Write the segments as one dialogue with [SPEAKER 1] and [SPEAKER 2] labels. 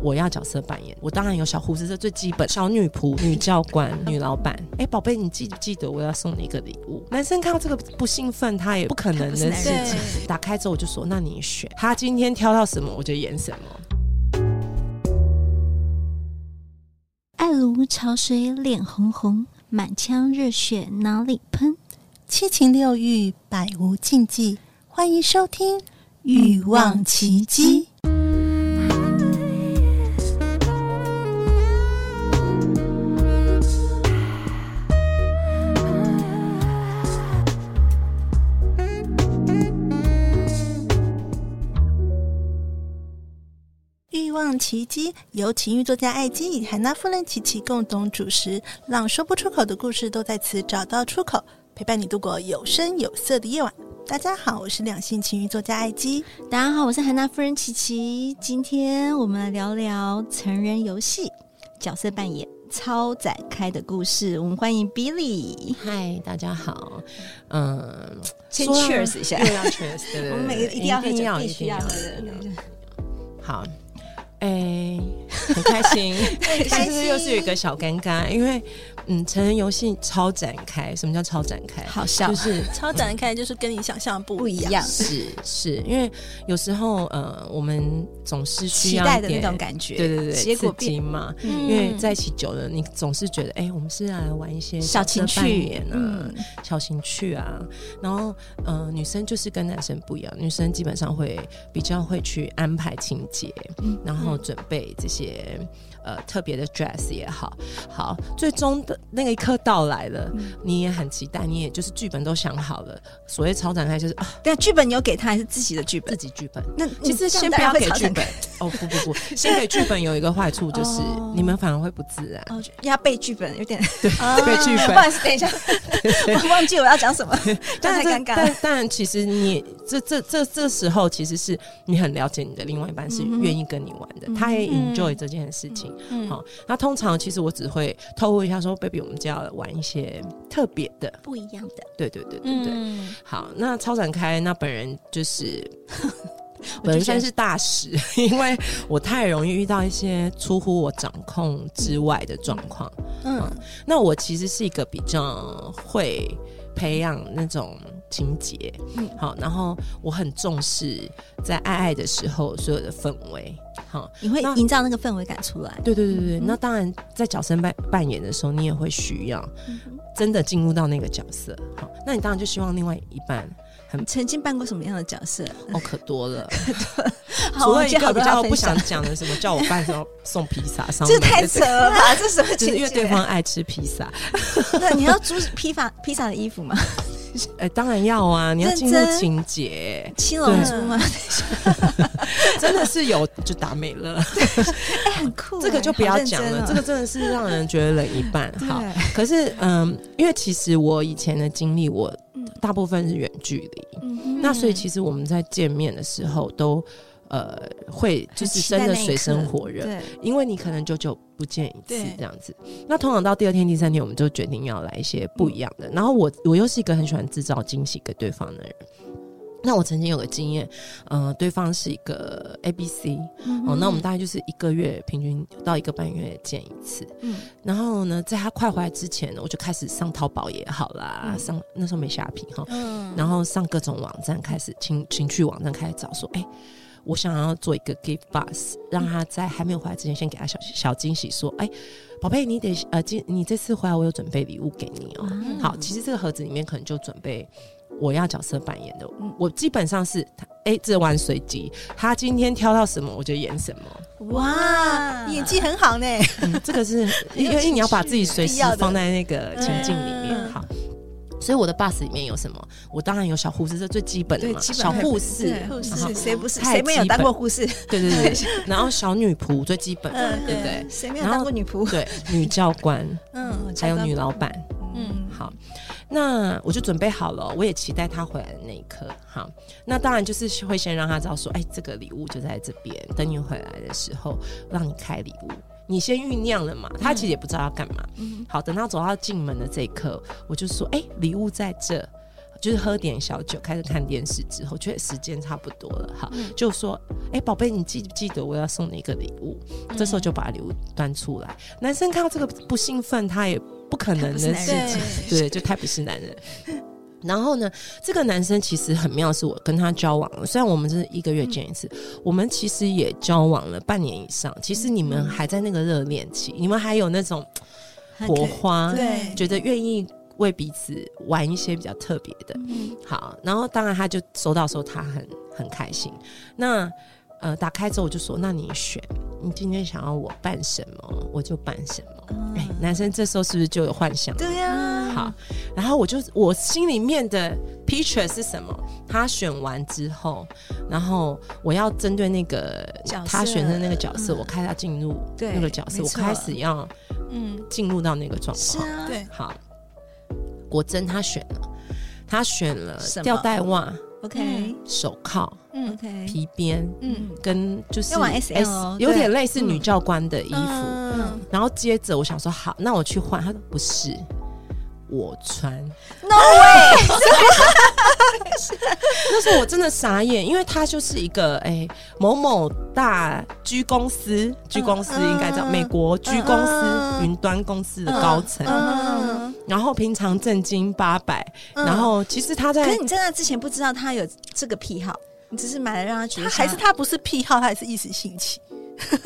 [SPEAKER 1] 我要角色扮演。我当然有小护士，这最基本，小女仆、女教官、女老板。哎，宝贝，你记不记得我要送你一个礼物？男生看到这个不兴奋，他也不可能的事
[SPEAKER 2] 他不是男
[SPEAKER 1] 情。打开之后我就说，那你选，他今天挑到什么我就演什么。
[SPEAKER 3] 爱如潮水，脸红红，满腔热血哪里喷？
[SPEAKER 4] 七情六欲，百无禁忌。欢迎收听《
[SPEAKER 3] 欲望奇迹》。
[SPEAKER 4] 欲望奇迹由情欲作家艾姬与海娜夫人琪琪共同主持，让说不出口的故事都在此找到出口，陪伴你度过有声有色的夜晚。大家好，我是两性情欲作家艾姬。
[SPEAKER 3] 大家好，我是韩娜夫人琪琪。今天我们来聊聊成人游戏角色扮演超展开的故事。我们欢迎 Billy。
[SPEAKER 1] 嗨，大家好，嗯，
[SPEAKER 2] 先
[SPEAKER 1] 说到
[SPEAKER 2] cheers 一下
[SPEAKER 1] 又要 cheers，对对对，
[SPEAKER 3] 我们每个
[SPEAKER 1] 对
[SPEAKER 3] 一定要喝
[SPEAKER 1] 一定
[SPEAKER 3] 酒，
[SPEAKER 1] 要，
[SPEAKER 3] 必须要喝
[SPEAKER 1] 一定要
[SPEAKER 3] 的。
[SPEAKER 1] 好，哎、 很开心，但哎 是又是有一个小尴尬，因为嗯，成人游戏超展开，什么叫超展开？
[SPEAKER 2] 好笑
[SPEAKER 1] 就，是
[SPEAKER 4] 超展开就是跟你想象不
[SPEAKER 2] 不
[SPEAKER 4] 一
[SPEAKER 2] 一
[SPEAKER 4] 样。
[SPEAKER 2] 样，
[SPEAKER 1] 是是，因为有时候呃，我们总是需
[SPEAKER 2] 期
[SPEAKER 1] 要
[SPEAKER 2] 待的那
[SPEAKER 1] 点
[SPEAKER 2] 种感觉，
[SPEAKER 1] 对对对，
[SPEAKER 2] 结果
[SPEAKER 1] 刺激
[SPEAKER 2] 变
[SPEAKER 1] 嘛，
[SPEAKER 3] 嗯
[SPEAKER 1] 因为在一起久了，你总是觉得，哎、我们是来玩一些
[SPEAKER 2] 小情
[SPEAKER 1] 角色扮
[SPEAKER 2] 趣
[SPEAKER 1] 演，啊，
[SPEAKER 2] 嗯，
[SPEAKER 1] 小情趣啊，然后呃，女生就是跟男生不一样，女生基本上会比较会去安排情节，然后准备这些呃特别的 dress 也好，好，最终的那个一刻到来了，你也很期待，你也就是剧本都想好了，所谓超展开就是啊
[SPEAKER 2] 但剧本你有给他还是自己的剧
[SPEAKER 1] 自
[SPEAKER 2] 本？
[SPEAKER 1] 己剧本。
[SPEAKER 2] 那
[SPEAKER 1] 嗯其实
[SPEAKER 2] 你这样
[SPEAKER 1] 先
[SPEAKER 2] 当
[SPEAKER 1] 不要
[SPEAKER 2] 然会
[SPEAKER 1] 给
[SPEAKER 2] 超
[SPEAKER 1] 剧
[SPEAKER 2] 展
[SPEAKER 1] 本
[SPEAKER 2] 开，
[SPEAKER 1] 哦，不不不，先给剧本有一个坏处就是
[SPEAKER 2] 哦
[SPEAKER 1] 你们反而会不自然，
[SPEAKER 2] 哦，就要背剧本有点，啊
[SPEAKER 1] 对剧
[SPEAKER 2] 不
[SPEAKER 1] 本
[SPEAKER 2] 好意思，等一下， 我忘记我要讲 什么，
[SPEAKER 1] 但
[SPEAKER 2] 太
[SPEAKER 1] 是
[SPEAKER 2] 尴尬了
[SPEAKER 1] 但但其实你这这这这时候其实是你很了解你的另外一半是
[SPEAKER 2] 嗯哼
[SPEAKER 1] 愿意跟你玩的，他也
[SPEAKER 4] 嗯
[SPEAKER 1] enjoy 这件事情。
[SPEAKER 4] 嗯
[SPEAKER 1] 好，那通常其实我只会透露一下说，baby，我们就要玩一些特别的。
[SPEAKER 3] 不一样的，
[SPEAKER 1] 对对对对对。
[SPEAKER 4] 嗯，
[SPEAKER 1] 好，那超展开，那本人就是。
[SPEAKER 2] 我
[SPEAKER 1] 本
[SPEAKER 2] 就
[SPEAKER 1] 人
[SPEAKER 2] 觉得
[SPEAKER 1] 算是大使， 因为我太容易遇到一些出乎我掌控之外的状况。啊
[SPEAKER 4] 嗯
[SPEAKER 1] 那我其实是一个比较会培养那种情节，
[SPEAKER 2] 嗯
[SPEAKER 1] 好，然后我很重视在爱爱的时候所有的氛围，好，
[SPEAKER 3] 你会
[SPEAKER 1] 那
[SPEAKER 3] 营造那个氛围感出来。
[SPEAKER 1] 对对对
[SPEAKER 2] 嗯
[SPEAKER 1] 对，那当然在角色扮扮演的时候，你也会需要
[SPEAKER 2] 嗯
[SPEAKER 1] 真的进入到那个角色，好，那你当然就希望另外一 半
[SPEAKER 2] 你曾经扮过什么样的角色？
[SPEAKER 1] 哦可多了，
[SPEAKER 2] 好
[SPEAKER 1] 除
[SPEAKER 2] 我
[SPEAKER 1] 了
[SPEAKER 2] 们
[SPEAKER 1] 一
[SPEAKER 2] 今天
[SPEAKER 1] 个
[SPEAKER 2] 好
[SPEAKER 1] 比
[SPEAKER 2] 多要
[SPEAKER 1] 较
[SPEAKER 2] 分
[SPEAKER 1] 不
[SPEAKER 2] 享
[SPEAKER 1] 想讲的什么叫我扮什么送披 萨，上门
[SPEAKER 2] 这太
[SPEAKER 1] 的
[SPEAKER 2] 扯了吧！这什么
[SPEAKER 1] 就
[SPEAKER 2] 情
[SPEAKER 1] 是
[SPEAKER 2] 节？
[SPEAKER 1] 因为对方爱吃披萨，
[SPEAKER 2] 那你要租披萨 披萨的衣服吗？
[SPEAKER 1] 哎，当然要啊，你要
[SPEAKER 2] 认
[SPEAKER 1] 进入
[SPEAKER 2] 真
[SPEAKER 1] 情节，
[SPEAKER 2] 青龙租 吗？
[SPEAKER 1] 真的是有就打美 乐，
[SPEAKER 2] 哎，很酷哎，
[SPEAKER 1] 这个就不要讲了，
[SPEAKER 2] 好认真哦
[SPEAKER 1] 这个真的是让人觉得冷一半。好，
[SPEAKER 2] 对啊
[SPEAKER 1] 可是嗯，因为其实我以前的经历，我大部分是远距离，
[SPEAKER 2] 嗯
[SPEAKER 1] 那所以其实我们在见面的时候都呃会就是真的水深火热，
[SPEAKER 2] 对，
[SPEAKER 1] 因为你可能久久不见一次
[SPEAKER 2] 对
[SPEAKER 1] 这样子。那通常到第二天、第三天，我们就决定要来一些不一样的。然后我我又是一个很喜欢制造惊喜给对方的人。那我曾经有个经验，呃，对方是一个 A B C，哦，
[SPEAKER 2] 嗯
[SPEAKER 1] 那我们大概就是一个月平均到一个半月见一次。
[SPEAKER 2] 嗯
[SPEAKER 1] 然后呢，在他快回来之前，我就开始上淘宝也好啦，
[SPEAKER 2] 嗯
[SPEAKER 1] 上那时候没虾皮哈，
[SPEAKER 4] 嗯，
[SPEAKER 1] 然后上各种网站开始情情趣网站开始找说，哎、我想要做一个 gift bus，让他在还没有回来之前，先给他小小惊喜，说，哎、宝贝，你得呃，今你这次回来，我有准备礼物给你哦、好，其实这个盒子里面可能就准备我要角色扮演的，我基本上是他，哎、这玩随机，他今天挑到什么我就演什么。
[SPEAKER 2] 哇，
[SPEAKER 4] 演技很好呢。
[SPEAKER 1] 嗯，这个是因为你要把自己随时放在那个情境里面
[SPEAKER 4] 嗯
[SPEAKER 1] 好。所以我的 bus 里面有什么？我当然有小护士，这最基本的
[SPEAKER 2] 对
[SPEAKER 1] 嘛，，
[SPEAKER 2] 基本
[SPEAKER 1] 小护士，
[SPEAKER 2] 对护
[SPEAKER 1] 然后
[SPEAKER 2] 士谁不是？
[SPEAKER 1] 太
[SPEAKER 2] 谁没有
[SPEAKER 1] 基
[SPEAKER 2] 当
[SPEAKER 1] 本
[SPEAKER 2] 过护士？
[SPEAKER 1] 对对对对，然后小女仆最基本，
[SPEAKER 4] 嗯
[SPEAKER 1] 对不对？
[SPEAKER 2] 谁没有当过女仆？
[SPEAKER 1] 对，女教官
[SPEAKER 4] 嗯
[SPEAKER 1] 还有女老板，
[SPEAKER 4] 嗯
[SPEAKER 1] 好，那我就准备好了，我也期待他回来的那一刻。好，那当然就是会先让他知道说，哎，这个礼物就在这边，等你回来的时候，让你开礼物。你先酝酿了嘛，他其实也不知道要干嘛。好，等他走到进门的这一刻，我就说，哎，礼物在这。就是喝点小酒，开始看电视之后，觉得时间差不多了，好，就说，哎，宝贝，你记不记得我要送你一个礼物？这时候就把礼物端出来。男生看到这个不兴奋，他也不可能的
[SPEAKER 2] 他不是
[SPEAKER 1] 事
[SPEAKER 2] 男
[SPEAKER 1] 情
[SPEAKER 2] 人，
[SPEAKER 1] 对，就太不是男人。然后呢，这个男生其实很妙，是我跟他交往了，虽然我们是一个月见一次，我们其实也交往了半年以上。其实你们还在那个热恋期，你们还有那种
[SPEAKER 2] 嗯
[SPEAKER 3] 很
[SPEAKER 1] 火
[SPEAKER 3] 可
[SPEAKER 1] 花，
[SPEAKER 4] 对
[SPEAKER 1] 觉得愿意为彼此玩一些比较特别的。
[SPEAKER 3] 嗯
[SPEAKER 1] 好，然后当然他就收到的时候他很很开心。那呃，打开之后我就说：“那你选，你今天想要我办什么，我就办什么。哎，男生这时候是不是就有幻想？
[SPEAKER 2] 嗯对呀，
[SPEAKER 1] 好，然后我就我心里面的 picture 是什么？他选完之后，然后我要针对那个
[SPEAKER 2] 角色嗯
[SPEAKER 1] 他选的那个角色，我开他进入
[SPEAKER 2] 对
[SPEAKER 1] 那个角色，
[SPEAKER 2] 没
[SPEAKER 1] 我
[SPEAKER 2] 错
[SPEAKER 1] 开始要
[SPEAKER 4] 嗯，
[SPEAKER 1] 进入到那个状
[SPEAKER 2] 是
[SPEAKER 1] 况。
[SPEAKER 2] 啊，
[SPEAKER 4] 对，
[SPEAKER 1] 好，果真他选了，他选了
[SPEAKER 2] 什么
[SPEAKER 1] 吊带袜、
[SPEAKER 3] ，OK，
[SPEAKER 1] 手铐、
[SPEAKER 4] 嗯
[SPEAKER 2] OK，
[SPEAKER 1] 皮鞭，
[SPEAKER 4] 嗯
[SPEAKER 1] 跟就是
[SPEAKER 3] 要玩 SL 哦
[SPEAKER 1] 有
[SPEAKER 3] 对
[SPEAKER 1] 点类似女教官的衣服。
[SPEAKER 4] 嗯
[SPEAKER 1] 然后接着我想说，好，那我去换。他说不是，我穿。
[SPEAKER 2] No way！
[SPEAKER 1] 那时候我真的傻眼，因为他就是一个哎、某某大居公司，居公司应该叫
[SPEAKER 4] 嗯
[SPEAKER 1] 美国居公司
[SPEAKER 4] 嗯
[SPEAKER 1] 云端公司的高层，
[SPEAKER 4] 嗯
[SPEAKER 1] 然后平常正经八百，
[SPEAKER 4] 嗯
[SPEAKER 1] 然后其实他
[SPEAKER 2] 可
[SPEAKER 1] 在
[SPEAKER 2] 是你在那之前不知道他有这个癖好，你只是买了让他觉
[SPEAKER 4] 他
[SPEAKER 2] 得
[SPEAKER 4] 还
[SPEAKER 2] 想
[SPEAKER 4] 是他不是癖好，他还是一时兴起。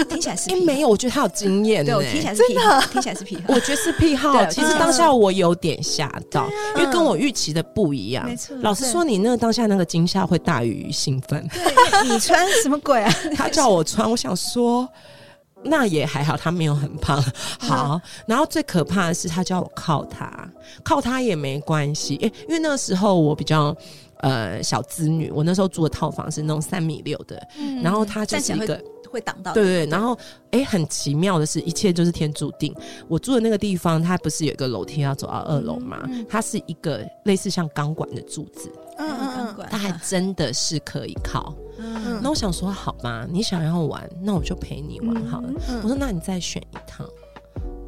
[SPEAKER 2] 听起来是
[SPEAKER 1] 哎、
[SPEAKER 2] 癖好
[SPEAKER 1] 没有，我觉得他有经验呢、
[SPEAKER 2] 对我听起来是癖好，听起来是癖好，
[SPEAKER 1] 我觉得是癖好。
[SPEAKER 2] 对嗯
[SPEAKER 1] 其
[SPEAKER 2] 我
[SPEAKER 1] 实
[SPEAKER 2] 觉得
[SPEAKER 1] 当下我有点吓到，因为跟我预期的不一样
[SPEAKER 2] 没错。
[SPEAKER 1] 老实说，你那个当下那个惊吓会大于兴奋。
[SPEAKER 2] 你穿什么 鬼啊？
[SPEAKER 1] 他叫我穿，我想说。那也还好，他没有很胖。
[SPEAKER 2] 嗯
[SPEAKER 1] 好，然后最可怕的是，他叫我靠他，靠他也没关系，诶因为那个时候我比较呃小资女，我那时候住的套房是那种三米六的，
[SPEAKER 4] 嗯
[SPEAKER 1] 然后他就是一
[SPEAKER 2] 嗯站起
[SPEAKER 1] 个
[SPEAKER 2] 来会挡到
[SPEAKER 1] 对对，对然后哎，诶很奇妙的是，一切就是天注定。我住的那个地方，它不是有一个楼梯要走到二楼吗？它是一个类似像钢管的柱子，
[SPEAKER 4] 嗯
[SPEAKER 2] 钢
[SPEAKER 4] 嗯
[SPEAKER 2] 管，
[SPEAKER 1] 它还真的是可以靠。
[SPEAKER 4] 嗯
[SPEAKER 1] 那我想说，好吧，你想要玩，那我就陪你玩好了。
[SPEAKER 4] 嗯
[SPEAKER 1] 我说，那你再选一趟，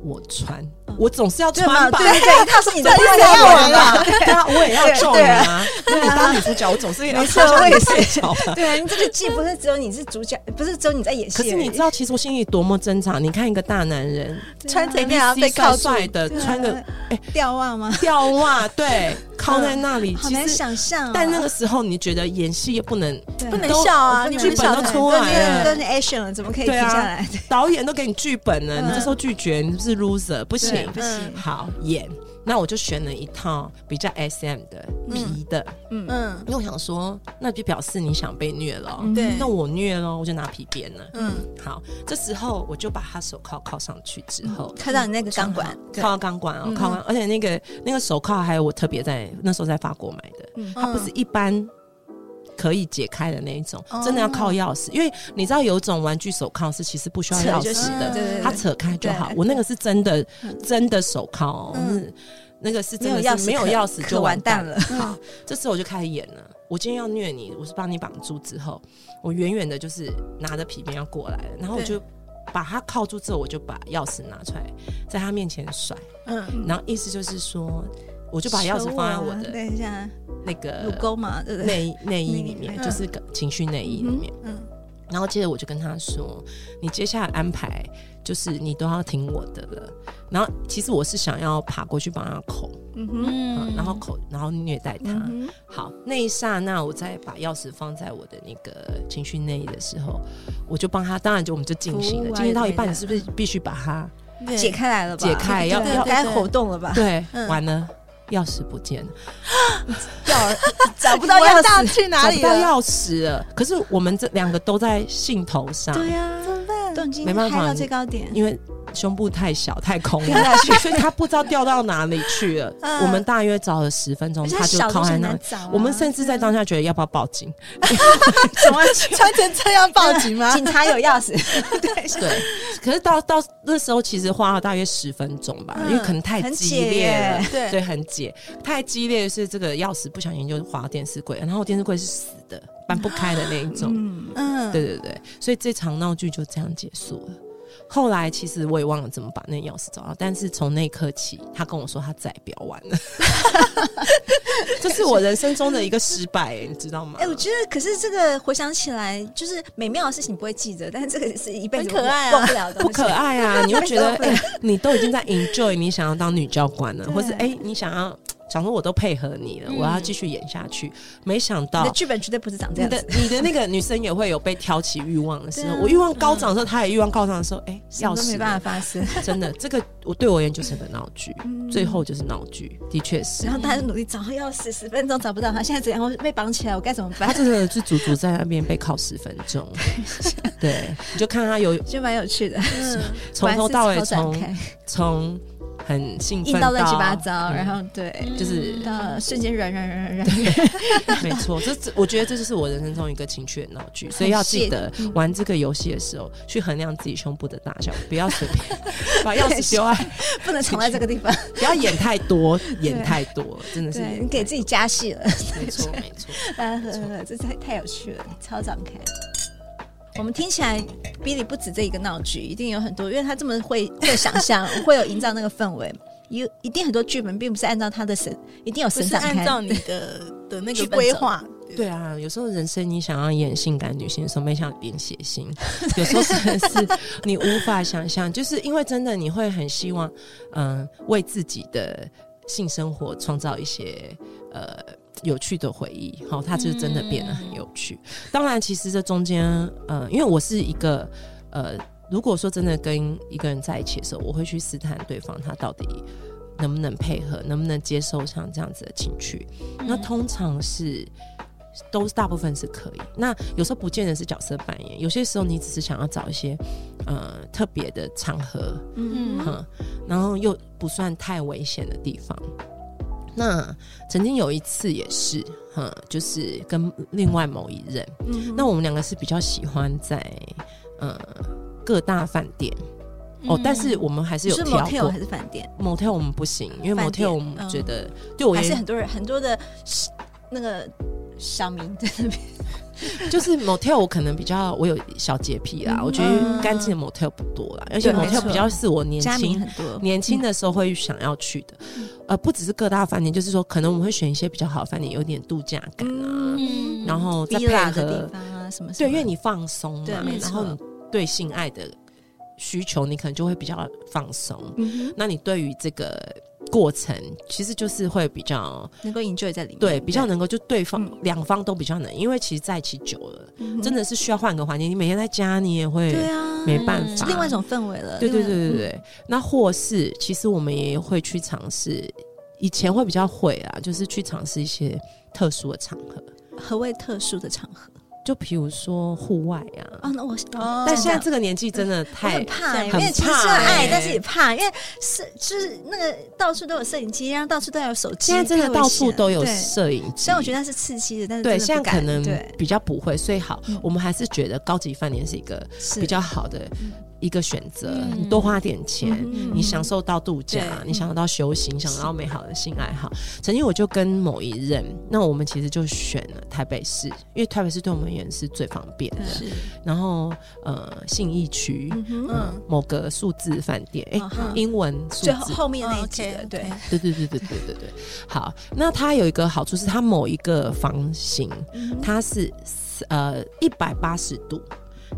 [SPEAKER 1] 我穿，我总是要
[SPEAKER 2] 对嘛？
[SPEAKER 1] 穿吧。
[SPEAKER 2] 对对对，他 说你的另外
[SPEAKER 4] 要玩
[SPEAKER 2] 吧？
[SPEAKER 1] 吧，对啊，我也要中
[SPEAKER 2] 对啊
[SPEAKER 1] 啊！那你当女主角，我总是也要
[SPEAKER 2] 没错
[SPEAKER 1] 穿上
[SPEAKER 2] 我也
[SPEAKER 1] 女主角啊。
[SPEAKER 2] 对啊，你这个剧不是只有你是主角，不是只有你在演戏
[SPEAKER 1] 可
[SPEAKER 2] 而已。
[SPEAKER 1] 是你知道，其实我心里多么挣扎。你看一个大男人，
[SPEAKER 4] 穿成那样被
[SPEAKER 1] 帅
[SPEAKER 4] 靠住，
[SPEAKER 1] 帅的，
[SPEAKER 2] 啊对啊
[SPEAKER 1] 穿个哎
[SPEAKER 2] 吊袜吗？
[SPEAKER 1] 吊袜，对，靠在那
[SPEAKER 4] 嗯
[SPEAKER 1] 里，
[SPEAKER 2] 好
[SPEAKER 1] 其
[SPEAKER 2] 难
[SPEAKER 1] 实。
[SPEAKER 2] 想象哦，
[SPEAKER 1] 但那个时候，你觉得演戏也不能，
[SPEAKER 2] 对
[SPEAKER 4] 啊不能
[SPEAKER 1] 都
[SPEAKER 4] 笑啊，你
[SPEAKER 1] 剧
[SPEAKER 4] 不能
[SPEAKER 1] 本
[SPEAKER 4] 笑
[SPEAKER 1] 都
[SPEAKER 4] 太
[SPEAKER 1] 出
[SPEAKER 4] 多
[SPEAKER 1] 来
[SPEAKER 2] 对
[SPEAKER 1] 了
[SPEAKER 2] 啊都已经 action 了，怎么可以停
[SPEAKER 1] 对啊
[SPEAKER 2] 下来？
[SPEAKER 1] 导演都给你剧本了，你
[SPEAKER 2] 嗯
[SPEAKER 1] 这时候拒绝，你是 loser，不
[SPEAKER 2] 对嗯
[SPEAKER 1] 行
[SPEAKER 2] 不。行，
[SPEAKER 1] 好演，那我就选了一套比较 SM 的皮的，
[SPEAKER 2] 嗯，
[SPEAKER 4] 嗯
[SPEAKER 1] 因为我想说，那就表示你想被虐了，
[SPEAKER 2] 嗯
[SPEAKER 4] 对
[SPEAKER 1] 那我虐了，我就拿皮鞭了。
[SPEAKER 4] 嗯
[SPEAKER 1] 好，这时候我就把他手铐铐上去之后，
[SPEAKER 4] 嗯
[SPEAKER 2] 看到你那个钢管，
[SPEAKER 1] 铐到钢管哦，铐到，而且那个那个手铐还有我特别在那时候在法国买的，
[SPEAKER 2] 嗯哦
[SPEAKER 1] 它不是一般可以解开的那一种，真的要靠钥匙。因为你知道有一种玩具手铐是其实不需要
[SPEAKER 2] 扯
[SPEAKER 1] 钥
[SPEAKER 2] 就
[SPEAKER 1] 匙
[SPEAKER 2] 行
[SPEAKER 1] 的，
[SPEAKER 2] 了，对对对，
[SPEAKER 1] 它扯开就好
[SPEAKER 2] 对。
[SPEAKER 1] 我那个是真的真的手铐、哦，
[SPEAKER 4] 嗯
[SPEAKER 1] 是那个是
[SPEAKER 2] 没
[SPEAKER 1] 真
[SPEAKER 2] 有
[SPEAKER 1] 的
[SPEAKER 2] 钥
[SPEAKER 1] 是
[SPEAKER 2] 匙，
[SPEAKER 1] 没有钥匙就
[SPEAKER 2] 完
[SPEAKER 1] 完
[SPEAKER 2] 蛋
[SPEAKER 1] 了。
[SPEAKER 2] 了。
[SPEAKER 1] 好，这次我就开始演了。我今天要虐你，我是帮你绑住之后，我远远的就是拿着皮鞭要过来了，然后我
[SPEAKER 4] 对
[SPEAKER 1] 就把它铐住之后，我就把钥匙拿出来，在他面前甩，
[SPEAKER 4] 嗯
[SPEAKER 1] 然后意思就是说，我就把钥匙放在我
[SPEAKER 2] 手啊
[SPEAKER 1] 的
[SPEAKER 2] 等一下，
[SPEAKER 1] 那
[SPEAKER 4] 嗯
[SPEAKER 1] 个
[SPEAKER 2] 乳沟嘛， 对不对？
[SPEAKER 1] 内内衣里
[SPEAKER 2] 内
[SPEAKER 1] 面
[SPEAKER 2] 衣，
[SPEAKER 1] 就是个情绪内衣里面。
[SPEAKER 4] 嗯
[SPEAKER 1] 然后接着我就跟他说：“你接下来安排就是你都要听我的了。”然后其实我是想要爬过去帮他口，
[SPEAKER 2] 嗯哼，嗯
[SPEAKER 1] 嗯
[SPEAKER 4] 嗯，
[SPEAKER 1] 然后口，然后虐待他。好，那一刹那，我再把钥匙放在我的那个情绪内衣的时候，我就帮他。当然，就我们就进行
[SPEAKER 2] 服务
[SPEAKER 1] 了，
[SPEAKER 2] 啊
[SPEAKER 1] 进行到一半，
[SPEAKER 2] 也
[SPEAKER 1] 你
[SPEAKER 2] 可
[SPEAKER 1] 是
[SPEAKER 2] 以
[SPEAKER 1] 不是必须把它
[SPEAKER 2] 解开来了吧？
[SPEAKER 1] 解开要
[SPEAKER 2] 对
[SPEAKER 1] 要
[SPEAKER 2] 该
[SPEAKER 4] 对
[SPEAKER 2] 活动了吧？
[SPEAKER 1] 对
[SPEAKER 4] 嗯
[SPEAKER 1] 完了？钥匙不见了，
[SPEAKER 2] 要 找不
[SPEAKER 4] 不
[SPEAKER 2] 到
[SPEAKER 4] 知
[SPEAKER 2] 钥
[SPEAKER 4] 道
[SPEAKER 2] 匙，
[SPEAKER 4] 去哪
[SPEAKER 1] 找不
[SPEAKER 4] 里
[SPEAKER 1] 到
[SPEAKER 4] 了，
[SPEAKER 1] 钥匙了。可是我们这两个都在兴头上，
[SPEAKER 4] 啊
[SPEAKER 2] 对啊呀，
[SPEAKER 4] 怎么办？
[SPEAKER 2] 都已经
[SPEAKER 1] 啊没办法
[SPEAKER 2] 嗨到最高点，
[SPEAKER 1] 因为胸部太小太空
[SPEAKER 2] 掉
[SPEAKER 1] 了，
[SPEAKER 2] 下去，
[SPEAKER 1] 所以他不知道掉到哪里去 了。
[SPEAKER 4] 嗯
[SPEAKER 1] 我们大约找了十分钟，
[SPEAKER 2] 而且
[SPEAKER 1] 他
[SPEAKER 2] 它
[SPEAKER 1] 就
[SPEAKER 2] 小
[SPEAKER 1] 靠
[SPEAKER 2] 东西
[SPEAKER 1] 在
[SPEAKER 2] 很
[SPEAKER 1] 那
[SPEAKER 2] 难
[SPEAKER 1] 里。
[SPEAKER 2] 找啊。
[SPEAKER 1] 我们甚至在当下觉得要不要报警？
[SPEAKER 2] 怎么
[SPEAKER 4] 穿成这样报警吗？
[SPEAKER 2] 警察有钥 匙？对，
[SPEAKER 1] 对，可是到到那时候其实花了大约十分钟吧，
[SPEAKER 4] 嗯
[SPEAKER 1] 因为可能太
[SPEAKER 2] 很
[SPEAKER 1] 激
[SPEAKER 2] 解
[SPEAKER 1] 烈了
[SPEAKER 2] 耶，
[SPEAKER 4] 对
[SPEAKER 1] 对，很解，太激烈是这个钥匙不小心就滑电视柜，然后电视柜是死的，搬不开的那一种。
[SPEAKER 2] 嗯，
[SPEAKER 4] 嗯，
[SPEAKER 1] 对对对，所以这场闹剧就这样结束了。后来其实我也忘了怎么把那钥匙找到，但是从那一刻起，他跟我说他再也不要玩 了。这是我人生中的一个失败、欸，你知道吗？
[SPEAKER 2] 哎、我觉得，可是这个回想起来，就是美妙的事情不会记得，但是这个是一辈子
[SPEAKER 4] 很可爱啊
[SPEAKER 2] 忘不了的
[SPEAKER 1] 不
[SPEAKER 2] 东西。
[SPEAKER 1] 可爱 啊！你会觉得，
[SPEAKER 2] 受不
[SPEAKER 1] 哎、你都已经在 enjoy 你想要当女教官了，或是
[SPEAKER 2] 嗯
[SPEAKER 1] 哎、你想要想说我都配合你了，我要继续演下去。没想
[SPEAKER 2] 你
[SPEAKER 1] 到
[SPEAKER 2] 的剧本绝对不是长这
[SPEAKER 1] 你
[SPEAKER 2] 样
[SPEAKER 1] 的
[SPEAKER 2] 子。
[SPEAKER 1] 你的那个女生也会有被挑起欲望的时候，
[SPEAKER 2] 对啊
[SPEAKER 1] 我欲望高涨的时候，她也欲望高涨的时候，哎、
[SPEAKER 2] 什么
[SPEAKER 1] 钥
[SPEAKER 2] 都
[SPEAKER 1] 匙
[SPEAKER 2] 没办法发生，
[SPEAKER 1] 法，真的，这个我对我而言就是个闹剧，
[SPEAKER 2] 嗯
[SPEAKER 1] 最后就是闹剧，的确是
[SPEAKER 2] 然。后大家努力找钥匙，十分钟找不到他，现在怎样？我被绑起来，我该怎么
[SPEAKER 1] 他
[SPEAKER 2] 办？
[SPEAKER 1] 真的是足足在那边被铐十分钟， 对，你就看他有
[SPEAKER 2] 就蛮有趣的，
[SPEAKER 1] 从头到尾
[SPEAKER 2] 啊果然是超展
[SPEAKER 1] 从
[SPEAKER 2] 开
[SPEAKER 1] 从很兴
[SPEAKER 2] 硬
[SPEAKER 1] 奋
[SPEAKER 2] 到乱七八糟，
[SPEAKER 1] 嗯
[SPEAKER 2] 然后对，
[SPEAKER 1] 就是
[SPEAKER 2] 到瞬间软软软软软，
[SPEAKER 1] 没错，这这我觉得这就是我人生中一个情趣的闹剧，所以要记得
[SPEAKER 2] 嗯
[SPEAKER 1] 玩这个游戏的时候，去衡量自己胸部的大小，不要随便把钥匙丢在，
[SPEAKER 2] 不能藏在这个地方。
[SPEAKER 1] 不要演太多，演太多，真的是
[SPEAKER 2] 对
[SPEAKER 1] 演
[SPEAKER 2] 你给自己加戏 了，
[SPEAKER 1] 没错没错，
[SPEAKER 2] 呵呵，这太太有趣了，超展开。我们听起来，Billy 不止这一个闹剧，一定有很多，因为他这么会会想 象，会有营造那个氛围，有一定很多剧本并不是按照他的神，一定有
[SPEAKER 4] 不
[SPEAKER 2] 神
[SPEAKER 4] 是
[SPEAKER 2] 展
[SPEAKER 4] 按
[SPEAKER 2] 开。
[SPEAKER 4] 照你的的那
[SPEAKER 2] 剧
[SPEAKER 4] 个
[SPEAKER 2] 本
[SPEAKER 4] 规
[SPEAKER 2] 走
[SPEAKER 4] 划，
[SPEAKER 1] 对啊，有时候人生你想要演性感女性的时候，没想演血腥， 有时候真的是你无法想象，就是因为真的你会很希望，嗯、为自己的性生活创造一些呃有趣的回忆，好、它就真的变得很有趣。当然，其实这中间，呃，因为我是一个呃，如果说真的跟一个人在一起的时候，我会去试探对方他到底。能不能配合，能不能接受像这样子的情趣？那通常是都是大部分是可以。那有时候不见得是角色扮演，有些时候你只是想要找一些呃特别的场合，
[SPEAKER 2] 嗯，
[SPEAKER 1] 嗯，然后又不算太危险的地方。那曾经有一次也是，哈、就是跟另外某一任，
[SPEAKER 2] 嗯
[SPEAKER 4] 嗯
[SPEAKER 1] 那我们两个是比较喜欢在呃各大饭店。
[SPEAKER 2] 嗯
[SPEAKER 1] 哦，但是我们还是有
[SPEAKER 2] 是
[SPEAKER 1] 挑
[SPEAKER 2] motel
[SPEAKER 1] 过
[SPEAKER 2] 还是饭店？
[SPEAKER 1] motel，我们不行，因为
[SPEAKER 2] 饭店
[SPEAKER 1] motel 我们
[SPEAKER 2] 嗯
[SPEAKER 1] 觉得对我而
[SPEAKER 2] 还
[SPEAKER 1] 言
[SPEAKER 2] 是很多人很多的那个小 明在那边，
[SPEAKER 1] 就是 motel 我可能比较我有小洁癖啦，我觉得干净的 motel 不多啦，而且
[SPEAKER 2] 嗯对没
[SPEAKER 1] motel
[SPEAKER 2] 错
[SPEAKER 1] 比较是我年
[SPEAKER 2] 家明
[SPEAKER 1] 轻
[SPEAKER 2] 很多。
[SPEAKER 1] 年轻的时候会想要去的，
[SPEAKER 2] 嗯
[SPEAKER 1] 呃，不只是各大饭店，就是说可能我们会选一些比较好的饭店，有点度假感啊，
[SPEAKER 4] 嗯
[SPEAKER 1] 然后再
[SPEAKER 2] v
[SPEAKER 1] 配
[SPEAKER 2] i 的
[SPEAKER 1] 合
[SPEAKER 2] 地方啊，什么什
[SPEAKER 1] 对，
[SPEAKER 2] 么
[SPEAKER 1] 因为你放松嘛
[SPEAKER 2] 对没，
[SPEAKER 1] 然
[SPEAKER 2] 错
[SPEAKER 1] 后你对性爱的需求，你可能就会比较放松，
[SPEAKER 2] 嗯哼
[SPEAKER 1] 那你对于这个过程其实就是会比较。
[SPEAKER 2] 能够 enjoy 在里面，
[SPEAKER 1] 对，比较能够就对方
[SPEAKER 2] 嗯
[SPEAKER 1] 两、方都比较能，因为其实在一起久了，
[SPEAKER 2] 嗯
[SPEAKER 1] 真的是需要换个环境。你每天在家，你也会
[SPEAKER 2] 对啊，
[SPEAKER 1] 没办法。
[SPEAKER 2] 是另外一种氛围了。
[SPEAKER 1] 对对
[SPEAKER 2] 另外
[SPEAKER 1] 对对对。那或是其实我们也会去尝试，以前会比较会啦，就是去尝试一些特殊的场合，
[SPEAKER 2] 何谓特殊的场合？
[SPEAKER 1] 就比如说户外啊
[SPEAKER 2] 哦，。那我
[SPEAKER 4] 哦
[SPEAKER 1] 但现在这个年纪真的
[SPEAKER 2] 我
[SPEAKER 1] 太
[SPEAKER 2] 很怕欸，因
[SPEAKER 1] 很
[SPEAKER 2] 为其实
[SPEAKER 1] 怕
[SPEAKER 2] 虽然爱
[SPEAKER 1] 欸，
[SPEAKER 2] 但是也怕，因为是就是那个到处都有摄影机，然后到处都有手机，
[SPEAKER 1] 现在真的
[SPEAKER 2] 太危
[SPEAKER 1] 到
[SPEAKER 2] 险
[SPEAKER 1] 处都有
[SPEAKER 2] 对
[SPEAKER 1] 摄影机
[SPEAKER 2] 虽然我觉得它是刺激的，但是
[SPEAKER 1] 对，
[SPEAKER 2] 真的不
[SPEAKER 1] 现在可
[SPEAKER 2] 敢
[SPEAKER 1] 能
[SPEAKER 2] 对嗯
[SPEAKER 1] 比较不会，所以好，我们还是觉得高级饭店是一个
[SPEAKER 2] 是
[SPEAKER 1] 比较好的
[SPEAKER 2] 嗯
[SPEAKER 1] 一个选择。你多花点钱，你享受到度假，
[SPEAKER 2] 嗯
[SPEAKER 1] 你享受到休息，你享受到美好的性爱好。曾经我就跟某一任，那我们其实就选了台北市，因为台北市对我们而言是最方便的。
[SPEAKER 4] 是
[SPEAKER 1] 然后呃，信义区、
[SPEAKER 4] 嗯
[SPEAKER 1] 某个数字饭店，哎、
[SPEAKER 2] 嗯哼
[SPEAKER 1] 英文数
[SPEAKER 2] 最后
[SPEAKER 1] 字
[SPEAKER 2] 后面那一集的
[SPEAKER 4] OK
[SPEAKER 2] 对，
[SPEAKER 1] 对对对对对对对。好，那它有一个好处是，它某一个房型，
[SPEAKER 2] 嗯
[SPEAKER 1] 它是呃一百八十度，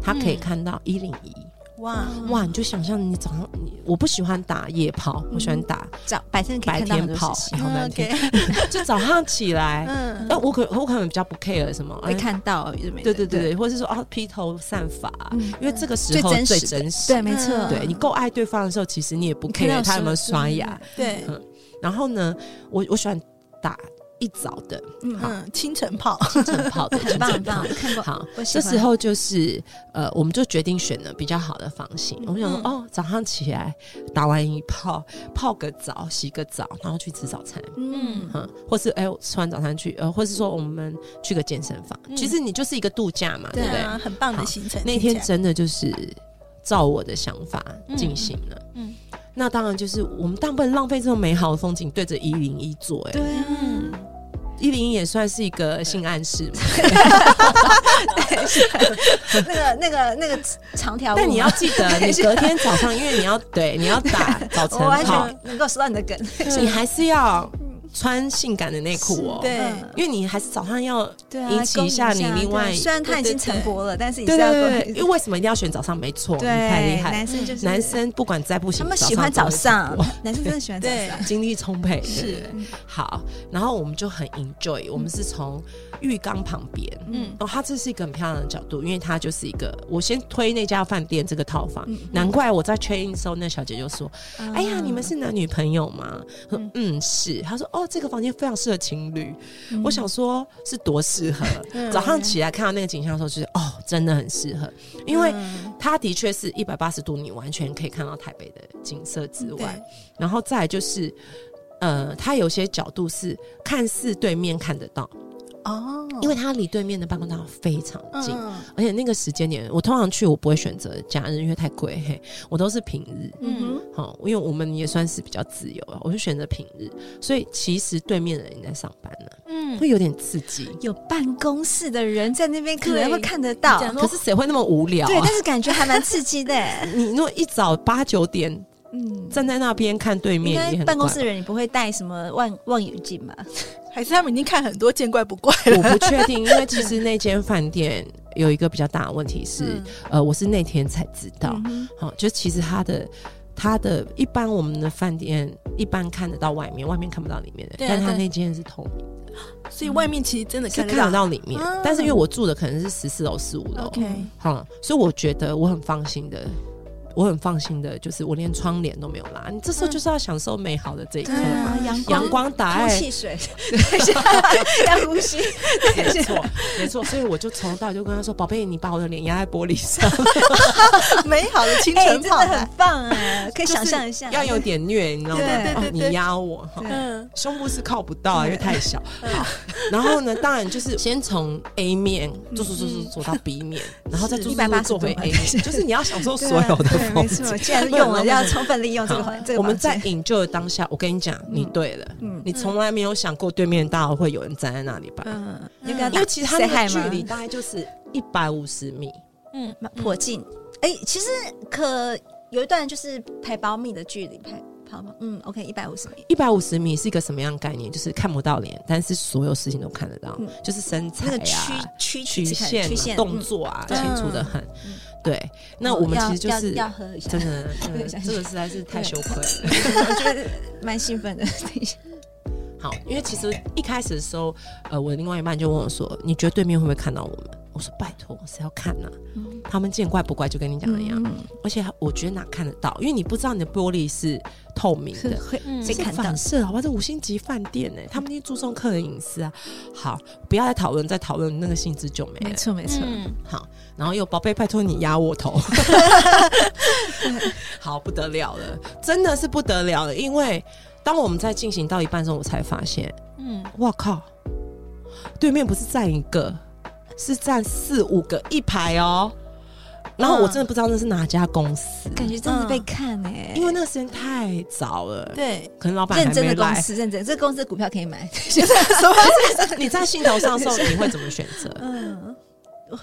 [SPEAKER 1] 它可以
[SPEAKER 2] 嗯
[SPEAKER 1] 看到一零一。
[SPEAKER 4] 哇，
[SPEAKER 1] 哇，你就想象你早上，你我不喜欢打夜炮，我喜
[SPEAKER 2] 嗯
[SPEAKER 1] 欢打
[SPEAKER 2] 早白天可以
[SPEAKER 1] 白
[SPEAKER 2] 看到
[SPEAKER 1] 天
[SPEAKER 2] 很多
[SPEAKER 1] 炮
[SPEAKER 2] 事，情，
[SPEAKER 1] 好难听。
[SPEAKER 4] 嗯 OK，
[SPEAKER 1] 就早上起来，
[SPEAKER 4] 嗯，
[SPEAKER 1] 呃，我可我可能比较不 care 什么，
[SPEAKER 2] 会
[SPEAKER 1] 哎
[SPEAKER 2] 看到而已就没
[SPEAKER 1] 对
[SPEAKER 2] 了
[SPEAKER 1] 对对对，或者是说哦披头散发，因为这个时
[SPEAKER 2] 嗯最
[SPEAKER 1] 候
[SPEAKER 2] 真
[SPEAKER 1] 最
[SPEAKER 2] 实的
[SPEAKER 1] 真实。
[SPEAKER 2] 对，没错，嗯
[SPEAKER 1] 对你够爱对方的时候，其实你也不
[SPEAKER 2] 看到
[SPEAKER 1] care 他有
[SPEAKER 2] 什
[SPEAKER 1] 没
[SPEAKER 2] 么
[SPEAKER 1] 有刷
[SPEAKER 2] 嗯
[SPEAKER 1] 牙，
[SPEAKER 4] 对，
[SPEAKER 1] 然后呢，我我喜欢打一早 的
[SPEAKER 4] 嗯，清晨炮，
[SPEAKER 1] 清晨泡的，
[SPEAKER 2] 很棒很棒，
[SPEAKER 1] 清晨
[SPEAKER 2] 看
[SPEAKER 1] 泡
[SPEAKER 2] 过。
[SPEAKER 1] 好，
[SPEAKER 2] 我喜
[SPEAKER 1] 这
[SPEAKER 2] 欢
[SPEAKER 1] 时候就是呃，我们就决定选了比较好的房型。我们想
[SPEAKER 2] 嗯
[SPEAKER 1] 说，哦，早上起来打完一泡，泡个澡，洗个澡，然后去吃早餐。
[SPEAKER 2] 嗯，
[SPEAKER 1] 嗯，或是哎、吃完早餐去，呃，或是说我们去个健身房，其实你就是一个度假嘛，对
[SPEAKER 4] 对
[SPEAKER 1] 不对？
[SPEAKER 4] 啊，很棒的
[SPEAKER 1] 好
[SPEAKER 4] 行程。
[SPEAKER 1] 那天真的就是照我的想法进行了。
[SPEAKER 4] 嗯
[SPEAKER 1] 嗯，那当然就是我们大部分浪费这种美好的风景，对着一零一做、哎，
[SPEAKER 2] 对啊，
[SPEAKER 1] 一零一也算是一个性暗示嘛，
[SPEAKER 2] 那个那个那个长条舞吗，
[SPEAKER 1] 但你要记得，
[SPEAKER 2] 等一
[SPEAKER 1] 你
[SPEAKER 2] 下
[SPEAKER 1] 隔天早上，因为你要对你要打早晨
[SPEAKER 2] 我完
[SPEAKER 1] 炮，
[SPEAKER 2] 全能够收到你的梗，
[SPEAKER 1] 你还是要穿性感的内裤哦，
[SPEAKER 2] 对
[SPEAKER 4] 嗯
[SPEAKER 1] 因为你还是早上要
[SPEAKER 2] 对啊，
[SPEAKER 1] 引起一下你另外
[SPEAKER 2] 对啊虽然他已经晨勃了，但是也
[SPEAKER 1] 对
[SPEAKER 2] 是要
[SPEAKER 1] 对对，对
[SPEAKER 2] 多
[SPEAKER 1] 因为为什么一定要选早上？没错，你太厉
[SPEAKER 2] 对
[SPEAKER 1] 害
[SPEAKER 2] 男。生就是
[SPEAKER 1] 男生不管再不行，
[SPEAKER 2] 他们喜欢早上
[SPEAKER 1] 都会直播，
[SPEAKER 2] 男生真的喜欢早
[SPEAKER 4] 对
[SPEAKER 2] 上。
[SPEAKER 1] 精力充沛，是好。然后我们就很 enjoy，我们是从浴缸旁边，嗯
[SPEAKER 4] 嗯，
[SPEAKER 1] 哦，它这是一个很漂亮的角度，因为它就是一个，我先推那家饭店这个套房，难怪我在 check in 的时候，那小姐就说：“哎呀，你们是男女朋友吗？”嗯嗯，是。她说：“哦，这个房间非常适合情侣。我想说，是多适 合。早上起来看到那个景象的时候，就是哦，真的很适合，因为它的确是一百八十度，你完全可以看到台北的景色之外，然后再来就是，呃，它有些角度是看似对面看得到，
[SPEAKER 2] 嗯
[SPEAKER 4] 哦，
[SPEAKER 1] 因为它离对面的办公大楼非常近，
[SPEAKER 4] 嗯
[SPEAKER 1] 而且那个时间点，我通常去我不会选择假日，因为太贵，嘿，我都是平日。
[SPEAKER 4] 嗯
[SPEAKER 1] 好、因为我们也算是比较自由，我就选择平日，所以其实对面的人也在上班呢、
[SPEAKER 4] 嗯，
[SPEAKER 1] 会有点刺激。
[SPEAKER 2] 有办公室的人在那边，可能
[SPEAKER 4] 对
[SPEAKER 2] 会看得到。
[SPEAKER 1] 可是谁会那么无聊、
[SPEAKER 2] 对，
[SPEAKER 1] 啊
[SPEAKER 2] 但？是感觉还蛮刺激的。
[SPEAKER 1] 你如果一早八九点
[SPEAKER 2] 嗯，
[SPEAKER 1] 站在那边看对
[SPEAKER 2] 应
[SPEAKER 1] 面也
[SPEAKER 2] 该
[SPEAKER 1] 很
[SPEAKER 2] 办公
[SPEAKER 1] 怪
[SPEAKER 2] 室的人你不会带什么望望远镜吧？
[SPEAKER 4] 还是他们已经看很多见怪不怪 了。
[SPEAKER 1] 我不确定，因为其实那间饭店有一个比较大的问题是，
[SPEAKER 4] 嗯
[SPEAKER 1] 呃，我是那天才知道，
[SPEAKER 2] 嗯
[SPEAKER 1] 好、就其实它的。它的一般我们的饭店一般看得到外面，外面看不到里面的，
[SPEAKER 4] 对啊
[SPEAKER 1] 但它
[SPEAKER 4] 对
[SPEAKER 1] 那间是透明，
[SPEAKER 4] 所以外面其实真的
[SPEAKER 1] 是
[SPEAKER 4] 看
[SPEAKER 1] 看得
[SPEAKER 4] 得到。
[SPEAKER 1] 到里面。
[SPEAKER 4] 嗯
[SPEAKER 1] 但是因为我住的可能是十四楼、十五楼，
[SPEAKER 4] OK，
[SPEAKER 1] 好、所以我觉得我很放心的，我很放心的，就是我连窗帘都没有拉。你这时候就是要享受美好的这一刻
[SPEAKER 4] 对
[SPEAKER 1] 嘛，
[SPEAKER 4] 啊，
[SPEAKER 2] 阳
[SPEAKER 1] 阳光打
[SPEAKER 2] 空
[SPEAKER 1] 在
[SPEAKER 2] 气水， 要呼吸。
[SPEAKER 1] 哎没错，没错，所以我就从头到尾就跟他说：“宝贝，你把我的脸压在玻璃上，
[SPEAKER 4] 美好的清
[SPEAKER 2] 哎，
[SPEAKER 4] 晨
[SPEAKER 2] 真的
[SPEAKER 4] 泡
[SPEAKER 2] 很
[SPEAKER 4] 奶。
[SPEAKER 2] 棒哎，可以想象一下，
[SPEAKER 1] 要有点虐，你知道吗？
[SPEAKER 2] 对对
[SPEAKER 1] 哦
[SPEAKER 4] 对对
[SPEAKER 1] 你压我，哈
[SPEAKER 2] 对啊
[SPEAKER 4] 嗯，
[SPEAKER 1] 胸部是靠不到啊，因为太小。 好，然后呢，当然就是嗯先从 A 面做做做做做到 B 面，然后再做做做
[SPEAKER 2] 180
[SPEAKER 1] 做回
[SPEAKER 2] 度
[SPEAKER 1] A 面，就是你要享受所有的
[SPEAKER 2] 对，
[SPEAKER 1] 风
[SPEAKER 2] 没
[SPEAKER 1] 景
[SPEAKER 2] 错，。既然用了，要充分利用这个
[SPEAKER 1] 好
[SPEAKER 2] 环这个
[SPEAKER 1] 我们
[SPEAKER 2] 环
[SPEAKER 1] 在
[SPEAKER 2] 境。
[SPEAKER 1] 引救的当下，我跟你讲，你对了，
[SPEAKER 2] 嗯
[SPEAKER 1] 你从来没有想过对面大楼会有人站在那里吧？
[SPEAKER 2] 嗯，你跟
[SPEAKER 1] 因
[SPEAKER 2] 他
[SPEAKER 1] 为
[SPEAKER 2] 打
[SPEAKER 1] 其实它
[SPEAKER 2] say
[SPEAKER 1] 那个
[SPEAKER 2] hi
[SPEAKER 1] 距
[SPEAKER 2] 吗
[SPEAKER 1] 离大概就是一百五十米。
[SPEAKER 4] 嗯，
[SPEAKER 2] 蛮颇近。哎、其实可有一段就是排保米的距离，排跑跑，嗯，OK，一百五十米，
[SPEAKER 1] 一百五十米是一个什么样的概念？就是看不到脸，但是所有事情都看得到，
[SPEAKER 2] 嗯
[SPEAKER 1] 就是身材
[SPEAKER 2] 那个曲
[SPEAKER 1] 啊、
[SPEAKER 2] 曲
[SPEAKER 1] 曲
[SPEAKER 2] 线、
[SPEAKER 1] 线、
[SPEAKER 2] 曲
[SPEAKER 1] 啊、
[SPEAKER 2] 线
[SPEAKER 1] 动、作啊，
[SPEAKER 4] 嗯
[SPEAKER 1] 清楚的很。
[SPEAKER 2] 嗯
[SPEAKER 1] 对，那
[SPEAKER 2] 哦
[SPEAKER 1] 我们
[SPEAKER 2] 要
[SPEAKER 1] 其实就
[SPEAKER 2] 要
[SPEAKER 1] 是
[SPEAKER 2] 要喝一下，
[SPEAKER 1] 真的，真
[SPEAKER 2] 对
[SPEAKER 1] 的
[SPEAKER 2] 想
[SPEAKER 1] 这个实在是太
[SPEAKER 2] 对
[SPEAKER 1] 羞愧了。
[SPEAKER 2] 我觉得蛮兴 奋的。等一下，
[SPEAKER 1] 好，因为其实一开始的时候，呃，我的另外一半就问我说：“你觉得对面会不会看到我们？”我说：“拜托，谁要看呢、啊
[SPEAKER 2] 嗯
[SPEAKER 1] 他们见怪不怪，就跟你讲的一样。而且我觉得哪看得到，因为你不知道你的玻璃是透明的，
[SPEAKER 2] 会被
[SPEAKER 1] 这
[SPEAKER 2] 看
[SPEAKER 1] 看
[SPEAKER 2] 到
[SPEAKER 1] 反，射，好吧？这五星级饭店呢、他们一定注重客人隐私啊。好，不要再讨论，再讨论那个性质就没了。
[SPEAKER 2] 没错没错，
[SPEAKER 4] 嗯
[SPEAKER 1] 好，然后又宝贝，拜托你压我头， 好不得了了，真的是不得了了。因为当我们在进行到一半的时候，我才发现，
[SPEAKER 4] 嗯，
[SPEAKER 1] 哇靠，对面不是站一个，是站四五个一排哦。然后我真的不知道那是哪家公司，
[SPEAKER 2] 嗯感觉真的是被看哎、
[SPEAKER 1] 嗯因为那个时间太早了，
[SPEAKER 4] 对，
[SPEAKER 1] 可能老板还
[SPEAKER 2] 认真
[SPEAKER 1] 没
[SPEAKER 2] 的公
[SPEAKER 1] 来。
[SPEAKER 2] 司，认真，这公司的股票可 以买。
[SPEAKER 1] 你在兴头上的时 候，你会怎么选择？
[SPEAKER 2] 嗯，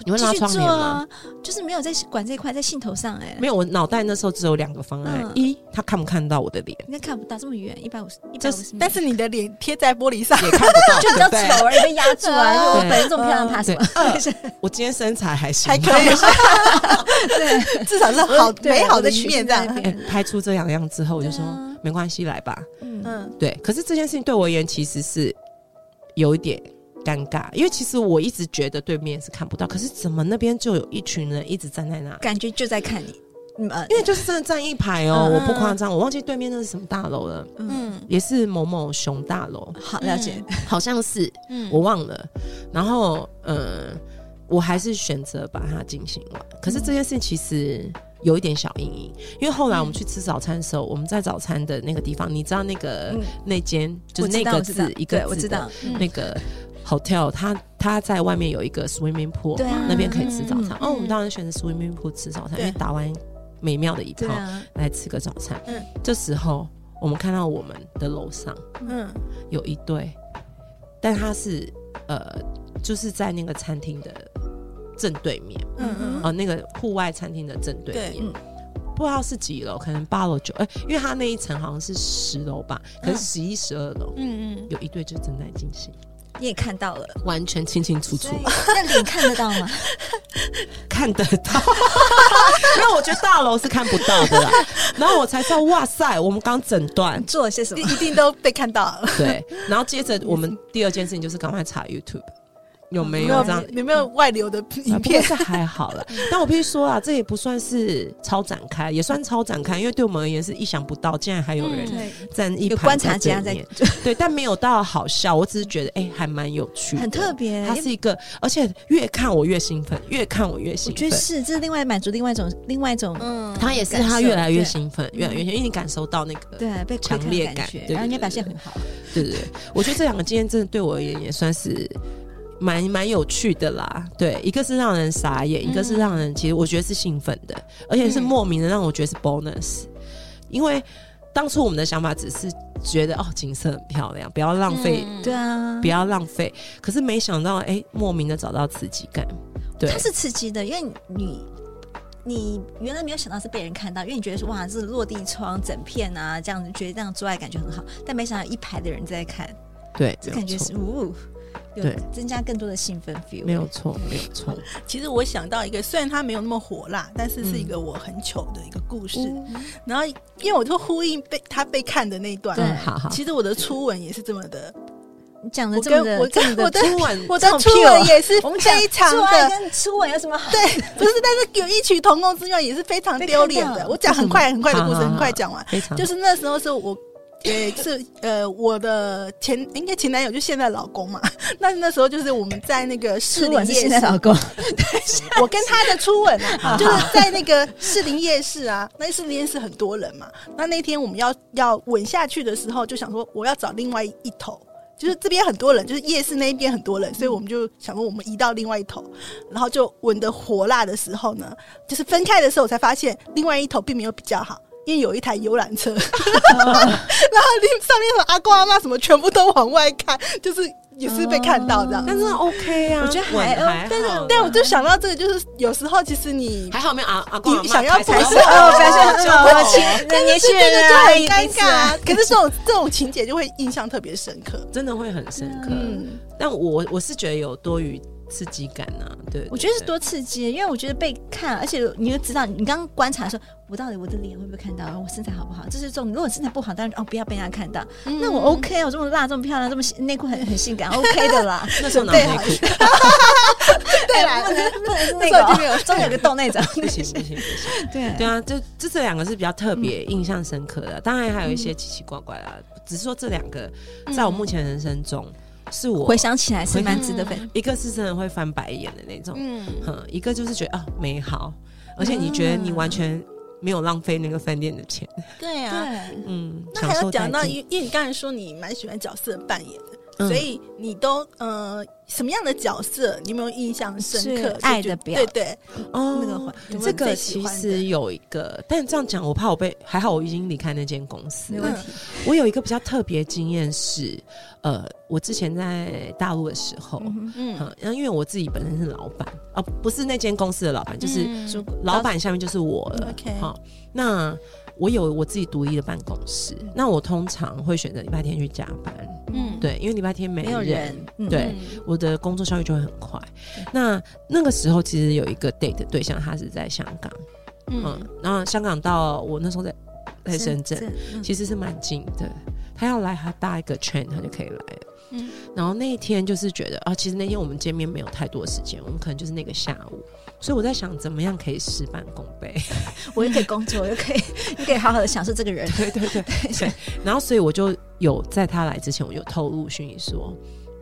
[SPEAKER 1] 你会拉
[SPEAKER 2] 继续
[SPEAKER 1] 窗
[SPEAKER 2] 做
[SPEAKER 1] 帘吗？
[SPEAKER 2] 啊，就是没有在管这一块，在兴头上哎、
[SPEAKER 1] 没有，我脑袋那时候只有两个方案：
[SPEAKER 2] 嗯
[SPEAKER 1] 一，他看不看到我的脸，
[SPEAKER 2] 应该看不到这么远，一百五十，一百
[SPEAKER 1] 这
[SPEAKER 2] 五
[SPEAKER 1] 是
[SPEAKER 2] 十米，
[SPEAKER 4] 但是你的脸贴在玻 璃上，
[SPEAKER 1] 也看不到，
[SPEAKER 2] 就比
[SPEAKER 1] 对
[SPEAKER 2] 较
[SPEAKER 1] 不对？
[SPEAKER 2] 丑而已，被压 住啊。就我本人这么漂亮，
[SPEAKER 4] 嗯
[SPEAKER 2] 怕什么？
[SPEAKER 1] 对，二，我今天身材还行，
[SPEAKER 4] 还可以，
[SPEAKER 2] 对，
[SPEAKER 4] 至少是好
[SPEAKER 2] 对
[SPEAKER 4] 美好的一
[SPEAKER 2] 曲
[SPEAKER 4] 面
[SPEAKER 2] 线
[SPEAKER 4] 这
[SPEAKER 2] 在
[SPEAKER 4] 样
[SPEAKER 2] 那。
[SPEAKER 1] 哎
[SPEAKER 2] 边。
[SPEAKER 1] 拍出这两样之后，我就说
[SPEAKER 2] 对啊
[SPEAKER 1] 没关系，来吧。
[SPEAKER 2] 嗯，
[SPEAKER 4] 嗯，
[SPEAKER 1] 对，可是这件事情对我而言其实是有一点尴尬，因为其实我一直觉得对面是看不到，可是怎么那边就有一群人一直站在那里？
[SPEAKER 2] 感觉就在看你，嗯，呃
[SPEAKER 1] 因为就是真的站一排哦，
[SPEAKER 4] 嗯
[SPEAKER 1] 我不夸张，我忘记对面那是什么大楼了，
[SPEAKER 4] 嗯
[SPEAKER 1] 也是某某熊大楼，
[SPEAKER 2] 好了解，
[SPEAKER 1] 好像是，
[SPEAKER 4] 嗯
[SPEAKER 1] 我忘了。然后，嗯，我还是选择把它进行完。可是这件事其实有一点小阴影，因为后来我们去吃早餐的时候，我们在早餐的那个地方，你知道那个、
[SPEAKER 2] 嗯
[SPEAKER 1] 那间就
[SPEAKER 2] 我
[SPEAKER 1] 是
[SPEAKER 2] 知
[SPEAKER 1] 那
[SPEAKER 2] 道，
[SPEAKER 1] 个
[SPEAKER 2] 我知道
[SPEAKER 1] 字，一
[SPEAKER 2] 对
[SPEAKER 1] 个
[SPEAKER 2] 我
[SPEAKER 1] 字
[SPEAKER 2] 知
[SPEAKER 1] 的
[SPEAKER 2] 道，
[SPEAKER 4] 嗯
[SPEAKER 1] 那个 hotel，它它在外面有一个 swimming pool，
[SPEAKER 2] 对啊
[SPEAKER 1] 那边可以吃早餐。
[SPEAKER 4] 嗯
[SPEAKER 1] 哦，我们当然选择 swimming pool 吃早餐，
[SPEAKER 4] 对
[SPEAKER 1] 因为打完美妙的一
[SPEAKER 2] 对
[SPEAKER 1] 炮、
[SPEAKER 2] 啊，
[SPEAKER 1] 来吃个早餐。
[SPEAKER 4] 嗯
[SPEAKER 1] 这时候我们看到我们的楼上
[SPEAKER 4] 嗯，
[SPEAKER 1] 有一对但它是呃，就是在那个餐厅的正对面，
[SPEAKER 4] 嗯嗯
[SPEAKER 1] 啊、那个户外餐厅的正对面。
[SPEAKER 4] 对
[SPEAKER 2] 嗯
[SPEAKER 1] 不知道是几楼，可能八楼九，哎、因为它那一层好像是十楼吧，可是十一、十二楼
[SPEAKER 4] 嗯嗯，
[SPEAKER 1] 有一对就正在进行，
[SPEAKER 2] 你也看到了，
[SPEAKER 1] 完全清清楚楚
[SPEAKER 2] 所以
[SPEAKER 3] 那脸看得到吗？
[SPEAKER 1] 看得 到，因为我觉得大楼是看不到的啦。然后我才知道，哇塞，我们刚诊断
[SPEAKER 2] 你，做了些什么？
[SPEAKER 4] 一定都被看到了。
[SPEAKER 1] 对。然后接着我们第二件事情就是赶快查 YouTube 有没有这样
[SPEAKER 4] 有没有外流的影
[SPEAKER 1] 啊不过
[SPEAKER 4] 片？
[SPEAKER 1] 是还好 了。但我必须说啊，这也不算是超展开，也算超展开，因为对我们而言是意想不到，竟然还有人
[SPEAKER 2] 对，
[SPEAKER 1] 站一
[SPEAKER 2] 嗯有
[SPEAKER 1] 排
[SPEAKER 2] 观察
[SPEAKER 1] 在
[SPEAKER 2] 家
[SPEAKER 1] 对
[SPEAKER 2] 在
[SPEAKER 1] 面， 对，但没有到好笑，我只是觉得哎、还蛮有趣的，
[SPEAKER 2] 很特别。
[SPEAKER 1] 它是一个，而且越看我越兴奋，越看我越
[SPEAKER 2] 我
[SPEAKER 1] 兴奋
[SPEAKER 2] 觉得。是，这是另外满足另外一种另外一种
[SPEAKER 4] 嗯，
[SPEAKER 1] 他也是，
[SPEAKER 2] 感
[SPEAKER 1] 他
[SPEAKER 2] 受
[SPEAKER 1] 越来越
[SPEAKER 2] 对
[SPEAKER 1] 兴奋，越来越兴奋，因为你感受到那个，
[SPEAKER 2] 对被窥
[SPEAKER 1] 强
[SPEAKER 2] 探
[SPEAKER 1] 烈
[SPEAKER 2] 的
[SPEAKER 1] 感
[SPEAKER 2] 觉，
[SPEAKER 1] 对
[SPEAKER 2] 然后
[SPEAKER 1] 对
[SPEAKER 2] 你
[SPEAKER 1] 对
[SPEAKER 2] 表现
[SPEAKER 1] 对
[SPEAKER 2] 很好。
[SPEAKER 1] 对对对。我觉得这两个经验真的对我而言也算是蛮蛮有趣的啦。对，一个是让人傻眼，
[SPEAKER 2] 嗯
[SPEAKER 1] 一个是让人其实我觉得是兴奋的，而且是莫名的让我觉得是 bonus，因为当初我们的想法只是觉得哦景色很漂亮，不要浪费，
[SPEAKER 2] 对啊
[SPEAKER 1] 不，要浪费。可是没想到哎，莫名的找到刺激感。对
[SPEAKER 2] 它，是刺激的，因为你你原来没有想到是被人看到，因为你觉得说哇，这落地窗整片啊，这样子觉得这样做爱感觉很好，但没想到一排的人在看，
[SPEAKER 1] 对，
[SPEAKER 2] 这
[SPEAKER 1] 没有
[SPEAKER 2] 感觉
[SPEAKER 1] 错
[SPEAKER 2] 是呜，有
[SPEAKER 1] 对
[SPEAKER 2] 增加更多的兴奋 feel。
[SPEAKER 1] 没有错，没有错。
[SPEAKER 4] 其实我想到一个，虽然它没有那么火辣，但是是一个我很糗的一个故事。
[SPEAKER 1] 嗯
[SPEAKER 4] 然后，因为我就呼应被他被看的那一段
[SPEAKER 2] 对
[SPEAKER 1] 嗯，好好。
[SPEAKER 4] 其实我的初吻也是这么的，
[SPEAKER 2] 你讲的
[SPEAKER 4] 我
[SPEAKER 2] 这么
[SPEAKER 4] 跟
[SPEAKER 2] 的，
[SPEAKER 4] 我
[SPEAKER 2] 这么
[SPEAKER 4] 跟我的
[SPEAKER 2] 的，
[SPEAKER 1] 吻
[SPEAKER 4] 我
[SPEAKER 2] 这
[SPEAKER 4] 的
[SPEAKER 2] 么
[SPEAKER 4] 初
[SPEAKER 2] pure
[SPEAKER 4] 吻也是
[SPEAKER 2] 我们讲
[SPEAKER 4] 非常
[SPEAKER 2] 做爱
[SPEAKER 4] 的，
[SPEAKER 2] 跟初吻有什么好？
[SPEAKER 4] 对，不是，但是有异曲同工之妙，也是非常丢脸
[SPEAKER 2] 被看
[SPEAKER 4] 的。
[SPEAKER 2] 到
[SPEAKER 4] 我讲很快很快的故
[SPEAKER 1] 好
[SPEAKER 4] 事，
[SPEAKER 1] 好好
[SPEAKER 4] 很快讲完。
[SPEAKER 1] 非常
[SPEAKER 4] 就是那时候是我，呃，是呃，我的前应该前男友就现在老公嘛。 那那时候就是我们在那个士
[SPEAKER 2] 初
[SPEAKER 4] 林
[SPEAKER 2] 吻是
[SPEAKER 4] 夜
[SPEAKER 2] 现在
[SPEAKER 4] 市，
[SPEAKER 2] 老公，
[SPEAKER 4] 我跟他的初吻
[SPEAKER 1] 好
[SPEAKER 4] 啊，就是在那个士林夜市啊。 那士林夜市很多人嘛。那那天我们要要吻下去的时候，就想说我要找另外一头。就是这边很多人，就是夜市那一边很多人，所以我们就想说我们移到另外一头，然后就吻得火辣的时候呢，就是分开的时候，我才发现另外一头并没有比较好，因为有一台游览车， 然后另上面什么阿公阿妈什么全部都往外看，就是也是被看到这样。
[SPEAKER 1] 但是 OK 啊，
[SPEAKER 2] 我觉得
[SPEAKER 1] 吻
[SPEAKER 2] 还
[SPEAKER 1] 还
[SPEAKER 2] 但是
[SPEAKER 1] 好
[SPEAKER 4] 但我就想到这个，就是有时候其实你
[SPEAKER 1] 还好没有阿阿公阿
[SPEAKER 4] 你
[SPEAKER 1] 嬷
[SPEAKER 4] 想要
[SPEAKER 1] 开
[SPEAKER 4] 不
[SPEAKER 1] 车
[SPEAKER 4] 是
[SPEAKER 2] 哦，不要说
[SPEAKER 1] 就
[SPEAKER 2] 我的亲，那年轻人
[SPEAKER 4] 这个
[SPEAKER 2] 啊，
[SPEAKER 4] 就
[SPEAKER 2] 一
[SPEAKER 4] 很尴
[SPEAKER 2] 定是
[SPEAKER 4] 尬
[SPEAKER 2] 啊
[SPEAKER 4] 啊。 可是这种这种情节就会印象特别深刻。
[SPEAKER 1] 真的会很深刻。
[SPEAKER 4] 嗯，
[SPEAKER 1] 但我我是觉得有多余刺激感啊，对，
[SPEAKER 2] 我觉得是
[SPEAKER 1] 对
[SPEAKER 2] 多刺激，因为我觉得被看，而且你就知道，你刚刚观察说，我到底我的脸会不会看到，我身材好不好，这是重点。如果身材不好，当然哦不要被人家看到。那
[SPEAKER 4] 嗯
[SPEAKER 2] 我 OK，我这么哦辣，这么漂亮，这么性内裤很很性感，OK 的啦。哎
[SPEAKER 1] 那时候哪有内裤，
[SPEAKER 4] 嗯对啦，
[SPEAKER 2] 不能是
[SPEAKER 4] 那
[SPEAKER 2] 那
[SPEAKER 4] 时候
[SPEAKER 2] 个
[SPEAKER 4] 就没有
[SPEAKER 2] 哦中间有个洞那 种，
[SPEAKER 1] 不行不行不行。
[SPEAKER 2] 对
[SPEAKER 1] 对啊，就就这两个是比较特别、
[SPEAKER 4] 嗯
[SPEAKER 1] 印象深刻的，啊当然还有一些奇奇怪怪啦。只是说这两个
[SPEAKER 4] 嗯
[SPEAKER 1] 在我目前人生中是我
[SPEAKER 2] 回想起来是蛮值得被。
[SPEAKER 1] 一个是真的会翻白眼的那种，
[SPEAKER 4] 嗯，啊
[SPEAKER 1] 哼，一个就是觉得啊美好，而且你觉得你完全没有浪费那个饭店的钱，
[SPEAKER 4] 对啊。
[SPEAKER 2] 对，
[SPEAKER 1] 嗯，
[SPEAKER 4] 那还
[SPEAKER 1] 享
[SPEAKER 4] 要
[SPEAKER 1] 受
[SPEAKER 4] 讲
[SPEAKER 1] 殆
[SPEAKER 4] 到，
[SPEAKER 1] 尽
[SPEAKER 4] 因因为你刚才说你蛮喜欢角色扮演的，
[SPEAKER 1] 嗯
[SPEAKER 4] 所以你都呃什么样的角色，你有没有印象深刻？
[SPEAKER 2] 是爱
[SPEAKER 4] 就
[SPEAKER 2] 的
[SPEAKER 4] 觉得
[SPEAKER 2] 表
[SPEAKER 4] 对对，
[SPEAKER 1] 哦
[SPEAKER 2] 那个环有没
[SPEAKER 1] 这
[SPEAKER 2] 有
[SPEAKER 1] 个
[SPEAKER 2] 最喜
[SPEAKER 1] 其
[SPEAKER 2] 欢的
[SPEAKER 1] 实有一个，但这样讲我怕我被，还好我已经离开那间公司
[SPEAKER 2] 没
[SPEAKER 1] 了。
[SPEAKER 2] 问题。
[SPEAKER 1] 我有一个比较特别经验是，呃，我之前在大陆的时候，
[SPEAKER 2] 嗯
[SPEAKER 1] 嗯，
[SPEAKER 2] 哼
[SPEAKER 4] 嗯，
[SPEAKER 1] 然后因为我自己本身是老板，啊、不是那间公司的老板，就是
[SPEAKER 2] 嗯主嗯管
[SPEAKER 1] 老板下面就是我了。
[SPEAKER 4] OK
[SPEAKER 1] 好，那我有我自己独立的办公室，那我通常会选择礼拜天去加班，
[SPEAKER 4] 嗯，
[SPEAKER 1] 对，因为礼拜天没
[SPEAKER 2] 没有人，嗯
[SPEAKER 1] 对我的工作效率就会很快。那那个时候其实有一个 date 的对象，他是在香港，嗯，然后香港到我那时候在在深圳，
[SPEAKER 2] 嗯
[SPEAKER 1] 其实是蛮近的。他要来，他搭一个 train 他就可以来了。
[SPEAKER 4] 嗯
[SPEAKER 1] 然后那一天就是觉得啊，其实那天我们见面没有太多时间，我们可能就是那个下午，所以我在想怎么样可以事半功倍。
[SPEAKER 2] 嗯我又可以工作，又可以又可以好好的享受这个人。
[SPEAKER 1] 对对对对。然后所以我就有在他来之前，我就透露讯息说，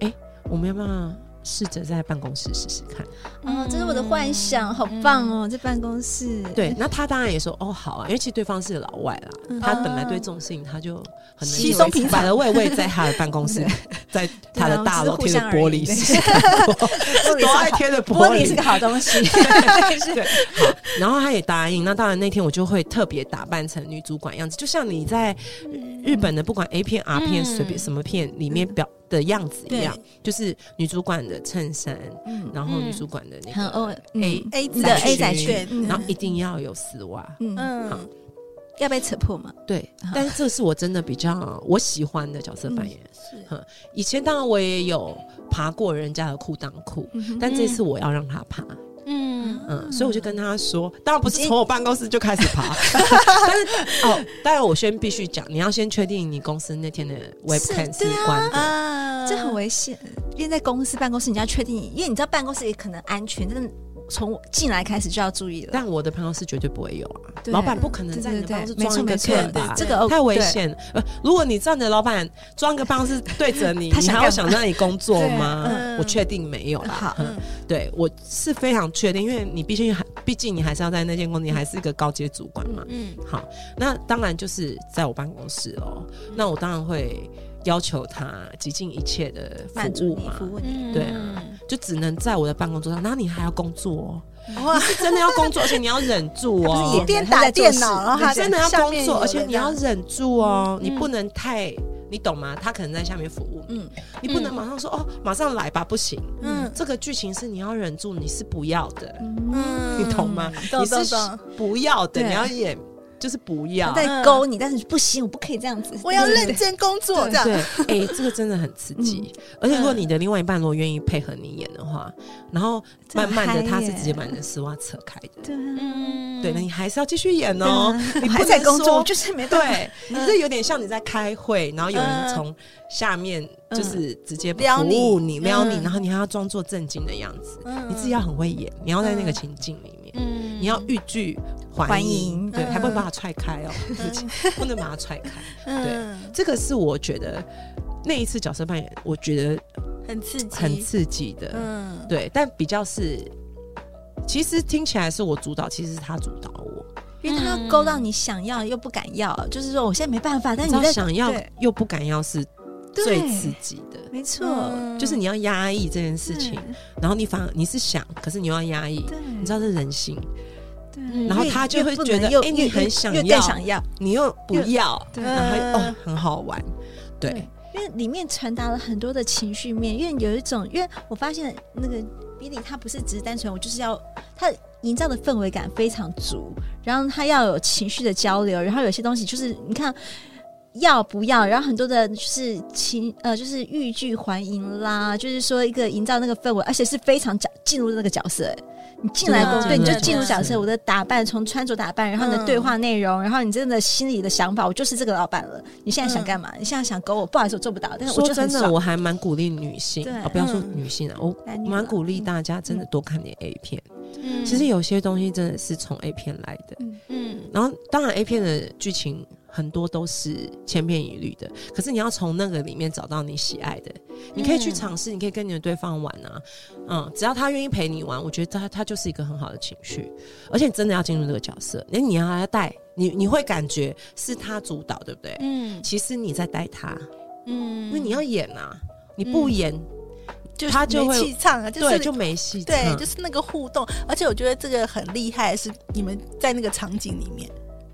[SPEAKER 1] 哎、我们要不要试着在办公室试试看？
[SPEAKER 2] 哦，这是我的幻想，好棒哦！这办公室，
[SPEAKER 1] 对，那他当然也说哦好啊，因为其实对方是老外啦，
[SPEAKER 2] 嗯
[SPEAKER 1] 他本来对这种事情他就很能
[SPEAKER 4] 稀松平常
[SPEAKER 1] 摆了位位在他的办公室， 在他的大楼
[SPEAKER 2] 嗯对
[SPEAKER 1] 贴
[SPEAKER 2] 啊
[SPEAKER 1] 的玻
[SPEAKER 2] 我们
[SPEAKER 1] 璃
[SPEAKER 2] 只是
[SPEAKER 1] 是多爱贴的
[SPEAKER 2] 玻
[SPEAKER 1] 玻
[SPEAKER 2] 璃是
[SPEAKER 1] 璃
[SPEAKER 2] 个。好东 西，
[SPEAKER 1] 对，好，然后他也答应。那当然，那天我就会特别打扮成女主管样子，就像你在日本的不管 A 片、R 片、随便什么片里面表的样子一
[SPEAKER 2] 嗯对
[SPEAKER 1] 样，就是女主管的衬衫，
[SPEAKER 2] 嗯
[SPEAKER 1] 然后女
[SPEAKER 3] 嗯
[SPEAKER 1] 主管的那
[SPEAKER 3] 很
[SPEAKER 1] 个
[SPEAKER 3] 欧
[SPEAKER 1] A，
[SPEAKER 3] 嗯
[SPEAKER 4] A
[SPEAKER 2] 你
[SPEAKER 1] 的
[SPEAKER 4] A
[SPEAKER 1] A
[SPEAKER 4] 仔
[SPEAKER 1] 仔
[SPEAKER 4] 裙
[SPEAKER 1] 裙
[SPEAKER 4] 对，
[SPEAKER 1] 然后一定要有丝袜。
[SPEAKER 2] 嗯嗯，
[SPEAKER 4] 嗯
[SPEAKER 1] 好
[SPEAKER 2] 要被扯破嘛？
[SPEAKER 1] 对，
[SPEAKER 2] 嗯
[SPEAKER 1] 但是这是我真的比较我喜欢的角色扮演。嗯
[SPEAKER 4] 是
[SPEAKER 1] 以前当然我也有爬过人家的裤裆裤，
[SPEAKER 2] 嗯
[SPEAKER 1] 但这次我要让他爬。
[SPEAKER 3] 嗯
[SPEAKER 1] 嗯，所以我就跟他说，当然不是从我办公室就开始 爬，但是哦，当然我先必须讲，你要先确定你公司那天的 webcam 是关的，
[SPEAKER 4] 啊，
[SPEAKER 2] 这很危险，因为在公司办公室你要确定，因为你知道办公室也可能安全，但是从进来开始就要注意了。
[SPEAKER 1] 但我的办公室绝对不会有啊，
[SPEAKER 2] 对
[SPEAKER 1] 老板不可能在你的办公室
[SPEAKER 2] 对对对
[SPEAKER 1] 装一个
[SPEAKER 2] 没错没错
[SPEAKER 1] cam
[SPEAKER 2] 哦对
[SPEAKER 1] 吧？
[SPEAKER 2] 这个 OK，
[SPEAKER 1] 太危险了。呃，如果你站着老板装个办公室对着 你，
[SPEAKER 2] 他
[SPEAKER 1] 你
[SPEAKER 2] 想
[SPEAKER 1] 还
[SPEAKER 2] 干
[SPEAKER 1] 会
[SPEAKER 2] 嘛
[SPEAKER 1] 想在那里工作
[SPEAKER 4] 对
[SPEAKER 1] 吗
[SPEAKER 4] 嗯？
[SPEAKER 1] 我确定没有啦。
[SPEAKER 2] 好，
[SPEAKER 1] 嗯对我是非常确定，因为你毕竟还，毕竟你还是要在那间公司，你还是一个高阶主管嘛。
[SPEAKER 3] 嗯
[SPEAKER 1] 好，那当然就是在我办公室哦。
[SPEAKER 2] 嗯
[SPEAKER 1] 那我当然会要求他极尽一切的
[SPEAKER 2] 满
[SPEAKER 1] 服
[SPEAKER 2] 足
[SPEAKER 1] 务
[SPEAKER 2] 你，
[SPEAKER 1] 嘛
[SPEAKER 2] 服，务你。
[SPEAKER 3] 嗯
[SPEAKER 1] 对啊，就只能在我的办公桌上。然后你还要工作哦，
[SPEAKER 4] 哇，
[SPEAKER 1] 是真的要工作，而且你要忍住
[SPEAKER 2] 他不是
[SPEAKER 1] 哦
[SPEAKER 2] 演。
[SPEAKER 4] 边
[SPEAKER 2] 他
[SPEAKER 4] 打
[SPEAKER 2] 在做
[SPEAKER 4] 电
[SPEAKER 2] 事
[SPEAKER 4] 脑，然后
[SPEAKER 1] 你
[SPEAKER 4] 还
[SPEAKER 1] 哦真的要
[SPEAKER 4] 下
[SPEAKER 1] 工
[SPEAKER 4] 面
[SPEAKER 1] 作，
[SPEAKER 4] 有
[SPEAKER 1] 而且
[SPEAKER 4] 人
[SPEAKER 1] 你要
[SPEAKER 4] 啊
[SPEAKER 1] 忍住哦，
[SPEAKER 3] 嗯
[SPEAKER 1] 你不能太，你懂吗？他可能在下面服务你，
[SPEAKER 2] 嗯，
[SPEAKER 1] 你不能马上说哦，马上来吧，不行。
[SPEAKER 4] 嗯
[SPEAKER 1] 这个剧情是你要忍住，你是不要的，
[SPEAKER 4] 嗯
[SPEAKER 1] 你懂吗？
[SPEAKER 4] 懂
[SPEAKER 1] 你
[SPEAKER 4] 懂
[SPEAKER 1] 是
[SPEAKER 4] 懂，
[SPEAKER 1] 不要的，
[SPEAKER 2] 对
[SPEAKER 1] 你要演就是不要
[SPEAKER 2] 他。在勾你，但是不行，嗯我不可以这样子，
[SPEAKER 4] 我要
[SPEAKER 2] 对
[SPEAKER 4] 认。真工作，
[SPEAKER 2] 对
[SPEAKER 4] 这样
[SPEAKER 1] 对，哎、这个真的很刺激。而且如果你的另外一半如果愿意配合你演的话，然后
[SPEAKER 2] 这
[SPEAKER 1] 慢
[SPEAKER 2] 很
[SPEAKER 1] 慢的
[SPEAKER 2] 嗨
[SPEAKER 1] 他是
[SPEAKER 2] 耶
[SPEAKER 1] 直接把你的丝袜扯开的。
[SPEAKER 2] 对对啊
[SPEAKER 3] 嗯
[SPEAKER 1] 对，那你还是要继续演哦，你
[SPEAKER 2] 我
[SPEAKER 1] 不
[SPEAKER 2] 还在
[SPEAKER 1] 能
[SPEAKER 2] 工作，
[SPEAKER 1] 说
[SPEAKER 2] 我就是没办法。
[SPEAKER 1] 对，你这有点像你在开会，然后有人
[SPEAKER 4] 嗯
[SPEAKER 1] 从下面就是直接
[SPEAKER 4] 撩
[SPEAKER 1] 服
[SPEAKER 4] 你
[SPEAKER 1] 务你、撩你，
[SPEAKER 4] 嗯
[SPEAKER 1] 然后你还要装作震惊的样子，
[SPEAKER 4] 嗯
[SPEAKER 1] 你自己要很会演，你要在那个
[SPEAKER 4] 嗯
[SPEAKER 1] 情境里面，
[SPEAKER 3] 嗯
[SPEAKER 1] 你要欲拒还
[SPEAKER 2] 还
[SPEAKER 1] 迎，
[SPEAKER 2] 迎
[SPEAKER 1] 对，
[SPEAKER 4] 嗯
[SPEAKER 1] 还不能把它踹开哦，对不起，不能把它踹开。
[SPEAKER 4] 嗯，
[SPEAKER 1] 这个是我觉得那一次角色扮演，我觉得
[SPEAKER 4] 很刺激，
[SPEAKER 1] 很刺激的，
[SPEAKER 4] 嗯，
[SPEAKER 1] 对，但比较是，其实听起来是我主导，其实是他主导我。
[SPEAKER 2] 因为他要勾到你想要又不敢要，就是说我现在没办法，但
[SPEAKER 1] 你知
[SPEAKER 2] 你
[SPEAKER 1] 道
[SPEAKER 2] 在
[SPEAKER 1] 想要
[SPEAKER 2] 对
[SPEAKER 1] 又不敢要是
[SPEAKER 2] 对
[SPEAKER 1] 最刺激的，
[SPEAKER 2] 没错，
[SPEAKER 4] 嗯
[SPEAKER 1] 就是你要压抑这件事情，然后你反而你是想，可是你又要压抑，
[SPEAKER 2] 对，
[SPEAKER 1] 你知道这是人性，
[SPEAKER 2] 对，
[SPEAKER 3] 嗯
[SPEAKER 1] 然后
[SPEAKER 2] 越
[SPEAKER 1] 他就
[SPEAKER 2] 越
[SPEAKER 1] 会
[SPEAKER 2] 不
[SPEAKER 1] 觉
[SPEAKER 2] 能
[SPEAKER 1] 得
[SPEAKER 2] 又
[SPEAKER 1] 哎
[SPEAKER 2] 越
[SPEAKER 1] 你很想
[SPEAKER 2] 越
[SPEAKER 1] 要
[SPEAKER 2] 更想要，
[SPEAKER 1] 你又不要，
[SPEAKER 2] 对
[SPEAKER 1] 然后又
[SPEAKER 4] 嗯
[SPEAKER 1] 哦很好玩，对，
[SPEAKER 2] 因为里面传达了很多的情绪面，因为有一种，因为我发现那个比利他不是只是单纯我就是要他营造的氛围感非常足，然后他要有情绪的交流，然后有些东西就是你看。要不要？然后很多的就是情呃，就是欲拒还迎啦，就是说一个营造那个氛围，而且是非常角进入那个角色。欸你进来
[SPEAKER 4] 真的
[SPEAKER 1] 啊
[SPEAKER 2] 工作，对，你就
[SPEAKER 4] 真的
[SPEAKER 2] 进入角
[SPEAKER 1] 真
[SPEAKER 2] 色。
[SPEAKER 1] 的
[SPEAKER 2] 我的打扮，从穿着打扮，然后你
[SPEAKER 4] 嗯
[SPEAKER 2] 的对话内容，然后你真的心里的想法，我就是这个老板了。你现在想干嘛？你现在想勾我？不好意思，我做不到，但是我
[SPEAKER 1] 说
[SPEAKER 2] 就很
[SPEAKER 1] 真的，
[SPEAKER 2] 爽
[SPEAKER 1] 我还蛮鼓励女性
[SPEAKER 2] 对
[SPEAKER 1] 啊、哦不要说
[SPEAKER 4] 嗯
[SPEAKER 1] 女性啊，我
[SPEAKER 2] 男女
[SPEAKER 1] 蛮
[SPEAKER 2] 了
[SPEAKER 1] 鼓励大家真的多看点 A 片。
[SPEAKER 3] 嗯
[SPEAKER 1] 其实有些东西真的是从 A 片来的，
[SPEAKER 3] 嗯
[SPEAKER 1] 然后当然 A 片的剧情很多都是千篇一律的，可是你要从那个里面找到你喜爱的，你可以
[SPEAKER 4] 嗯
[SPEAKER 1] 去尝试，你可以跟你的对方玩啊，嗯，只要他愿意陪你玩，我觉得他他就是一个很好的情绪，而且你真的要进入这个角色，那你要让他带你，你会感觉是他主导，对不对？
[SPEAKER 3] 嗯
[SPEAKER 1] 其实你在带他，
[SPEAKER 3] 嗯
[SPEAKER 1] 因为你要演啊，你不演，
[SPEAKER 4] 就是
[SPEAKER 1] 他就
[SPEAKER 4] 没
[SPEAKER 1] 会
[SPEAKER 4] 气唱啊，嗯就
[SPEAKER 1] 对
[SPEAKER 4] 是
[SPEAKER 1] 就没戏嗯唱，
[SPEAKER 4] 对，就是那个互动，而且我觉得这个很厉害，是你们在那个场景里面，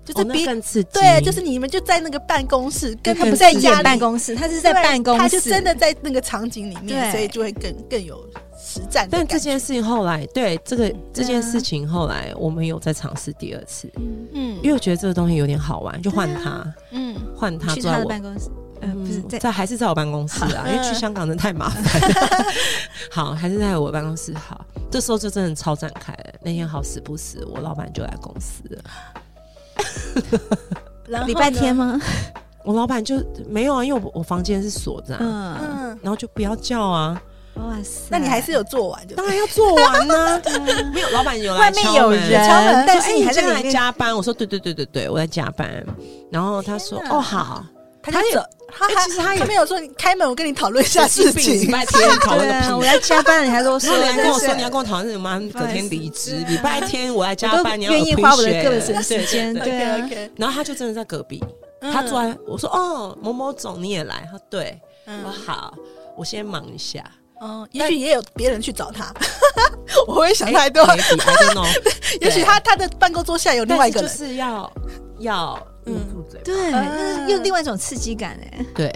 [SPEAKER 4] 就是
[SPEAKER 1] 哦那
[SPEAKER 4] 别、
[SPEAKER 1] 更刺激，
[SPEAKER 4] 对，就是你们就在那个办公室，跟
[SPEAKER 2] 他
[SPEAKER 1] 更
[SPEAKER 2] 不在
[SPEAKER 1] 自
[SPEAKER 4] 家
[SPEAKER 2] 演
[SPEAKER 4] 里
[SPEAKER 2] 办公室，他是在
[SPEAKER 4] 对
[SPEAKER 2] 办公室，
[SPEAKER 4] 他就真的在那个场景里面，
[SPEAKER 2] 对
[SPEAKER 4] 所以就会更更有实战的
[SPEAKER 1] 但
[SPEAKER 4] 感
[SPEAKER 1] 这
[SPEAKER 4] 觉。
[SPEAKER 1] 件事情后来，对这个这件
[SPEAKER 2] 对啊
[SPEAKER 1] 事情后来，我们有在尝试第二次，
[SPEAKER 3] 嗯
[SPEAKER 1] 因为我觉得这个东西有点好玩，就换
[SPEAKER 2] 对啊
[SPEAKER 1] 他，
[SPEAKER 3] 嗯
[SPEAKER 1] 换他
[SPEAKER 2] 去
[SPEAKER 1] 坐
[SPEAKER 2] 他
[SPEAKER 1] 在
[SPEAKER 2] 的
[SPEAKER 1] 我
[SPEAKER 2] 办。公室，呃，
[SPEAKER 1] 嗯
[SPEAKER 2] 不是在嗯
[SPEAKER 1] 在还是在我办公室啊，因为去香港真的太麻烦了。 好，还是在我办公室好。这时候就真的超展开了。那天好死不死，我老板就来公司了。
[SPEAKER 4] 然后
[SPEAKER 2] 礼拜天
[SPEAKER 4] 呢，
[SPEAKER 2] 吗？
[SPEAKER 1] 我老板就没有啊，因为我我房间是锁着、啊，
[SPEAKER 2] 嗯，
[SPEAKER 4] 嗯，
[SPEAKER 1] 然后就不要叫啊。
[SPEAKER 2] 哇塞，
[SPEAKER 4] 那你还是有做完就
[SPEAKER 1] 当然要做完呢、 没有，老板有来
[SPEAKER 2] 外面
[SPEAKER 1] 敲
[SPEAKER 2] 有
[SPEAKER 1] 门
[SPEAKER 2] 人，
[SPEAKER 4] 敲门
[SPEAKER 2] 但
[SPEAKER 1] 说
[SPEAKER 2] 是
[SPEAKER 1] 哎
[SPEAKER 2] 你还在
[SPEAKER 1] 今天
[SPEAKER 2] 里
[SPEAKER 1] 来
[SPEAKER 2] 面，
[SPEAKER 1] 加班？我说对对对对对，我在加班。然后他说
[SPEAKER 2] 天哪
[SPEAKER 1] 哦好，
[SPEAKER 4] 他
[SPEAKER 1] 他
[SPEAKER 4] 就
[SPEAKER 1] 也
[SPEAKER 4] 走，他
[SPEAKER 1] 哎
[SPEAKER 4] 还
[SPEAKER 1] 其实他也
[SPEAKER 4] 他没有说你开门，我跟你讨论一下事
[SPEAKER 1] 礼
[SPEAKER 4] 情。
[SPEAKER 1] 拜 天讨论个
[SPEAKER 2] 对
[SPEAKER 1] 屁
[SPEAKER 2] 啊，我。要加班，你还啰嗦
[SPEAKER 1] 然后，你还
[SPEAKER 2] 真
[SPEAKER 1] 跟我
[SPEAKER 2] 是
[SPEAKER 1] 说你要跟我讨论什么？隔天离职，礼拜天我来加
[SPEAKER 2] 我都
[SPEAKER 1] 班，你要
[SPEAKER 2] 愿意
[SPEAKER 1] appreciate
[SPEAKER 2] 花我的个人时间，
[SPEAKER 1] 对对对
[SPEAKER 2] 对啊，
[SPEAKER 4] OK，
[SPEAKER 1] 然后他就真的在隔壁，他坐在我说哦某某总你也来，他说对，我说
[SPEAKER 4] 嗯，
[SPEAKER 1] 好，我先忙一下。
[SPEAKER 4] 哦，也许也有别人去找他， 我会想太多。
[SPEAKER 1] 哎 maybe, I don't know，
[SPEAKER 4] 也许他他的办公桌下有另
[SPEAKER 1] 但
[SPEAKER 4] 外一
[SPEAKER 1] 是
[SPEAKER 4] 个
[SPEAKER 1] 就
[SPEAKER 4] 人，
[SPEAKER 1] 是要要捂住嘴巴，
[SPEAKER 2] 嗯对，那是又另外一种刺激感哎，
[SPEAKER 1] 对，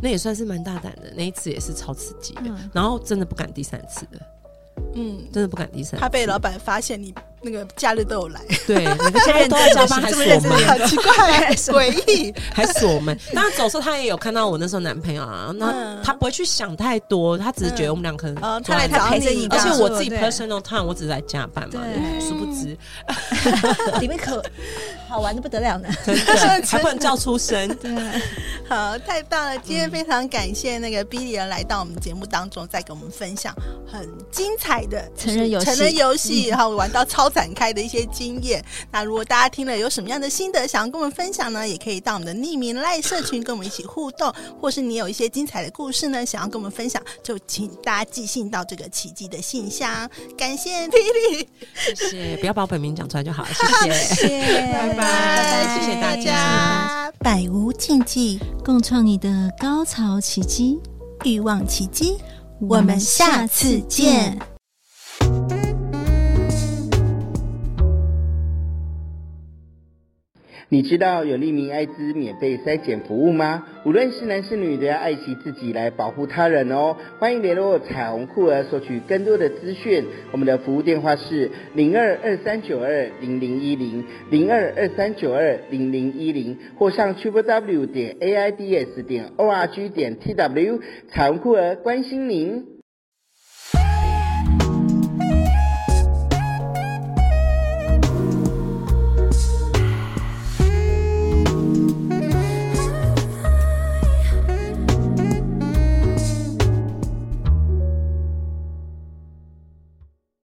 [SPEAKER 1] 那也算是蛮大胆的，那一次也是超刺激的，
[SPEAKER 3] 嗯
[SPEAKER 1] 然后真的不敢第三次的，
[SPEAKER 4] 嗯，
[SPEAKER 1] 真的不敢第三次，
[SPEAKER 4] 怕被老板发现你那个假日都有来，
[SPEAKER 1] 对，每个家人都在加班还
[SPEAKER 2] 这
[SPEAKER 1] 锁
[SPEAKER 2] 么认真
[SPEAKER 1] 门，
[SPEAKER 4] 好 奇怪，诡异。
[SPEAKER 1] 还锁门。当然走的时候他也有看到我那时候男朋友啊，那
[SPEAKER 4] 嗯
[SPEAKER 1] 他不会去想太多，他只是觉得我们俩可能
[SPEAKER 4] 呃，
[SPEAKER 1] 突
[SPEAKER 4] 他来
[SPEAKER 1] 然
[SPEAKER 4] 找
[SPEAKER 2] 陪着你
[SPEAKER 1] 而
[SPEAKER 2] 的
[SPEAKER 1] 且我自己
[SPEAKER 2] 对
[SPEAKER 1] personal time 我只是来加班嘛，
[SPEAKER 2] 对
[SPEAKER 1] 殊不知
[SPEAKER 2] 里面可好玩的不得了呢。
[SPEAKER 1] 真的还不能叫出声。
[SPEAKER 4] 好，太棒了！今天非常感谢那个 Billy 来到我们节目当中，再给我们分享很精彩的
[SPEAKER 3] 成人游戏
[SPEAKER 4] 成人游戏，然后玩到超展开的一些经验。那如果大家听了有什么样的心得，想要跟我们分享呢，也可以到我们的匿名赖社群跟我们一起互动，或是你有一些精彩的故事呢，想要跟我们分享，就请大家寄信到这个奇迹的信箱。感谢 Billy，
[SPEAKER 1] 谢谢，不要把我本名讲出来就好了，谢 谢。
[SPEAKER 2] 谢谢，拜
[SPEAKER 1] 拜拜谢谢大
[SPEAKER 4] 家，百无禁忌，
[SPEAKER 3] 共创你的高潮奇迹。
[SPEAKER 4] 欲望奇迹。
[SPEAKER 3] 我们下次见。
[SPEAKER 5] 你知道有利民艾滋免费筛检服务吗？无论是男是女，都要爱惜自己来保护他人哦。欢迎联络彩虹酷儿索取更多的资讯。我们的服务电话是零二二三九二零零一零零二二三九二零零一零，或上 triple w 点 a i d s 点 o r g 点 t w。彩虹酷儿关心您。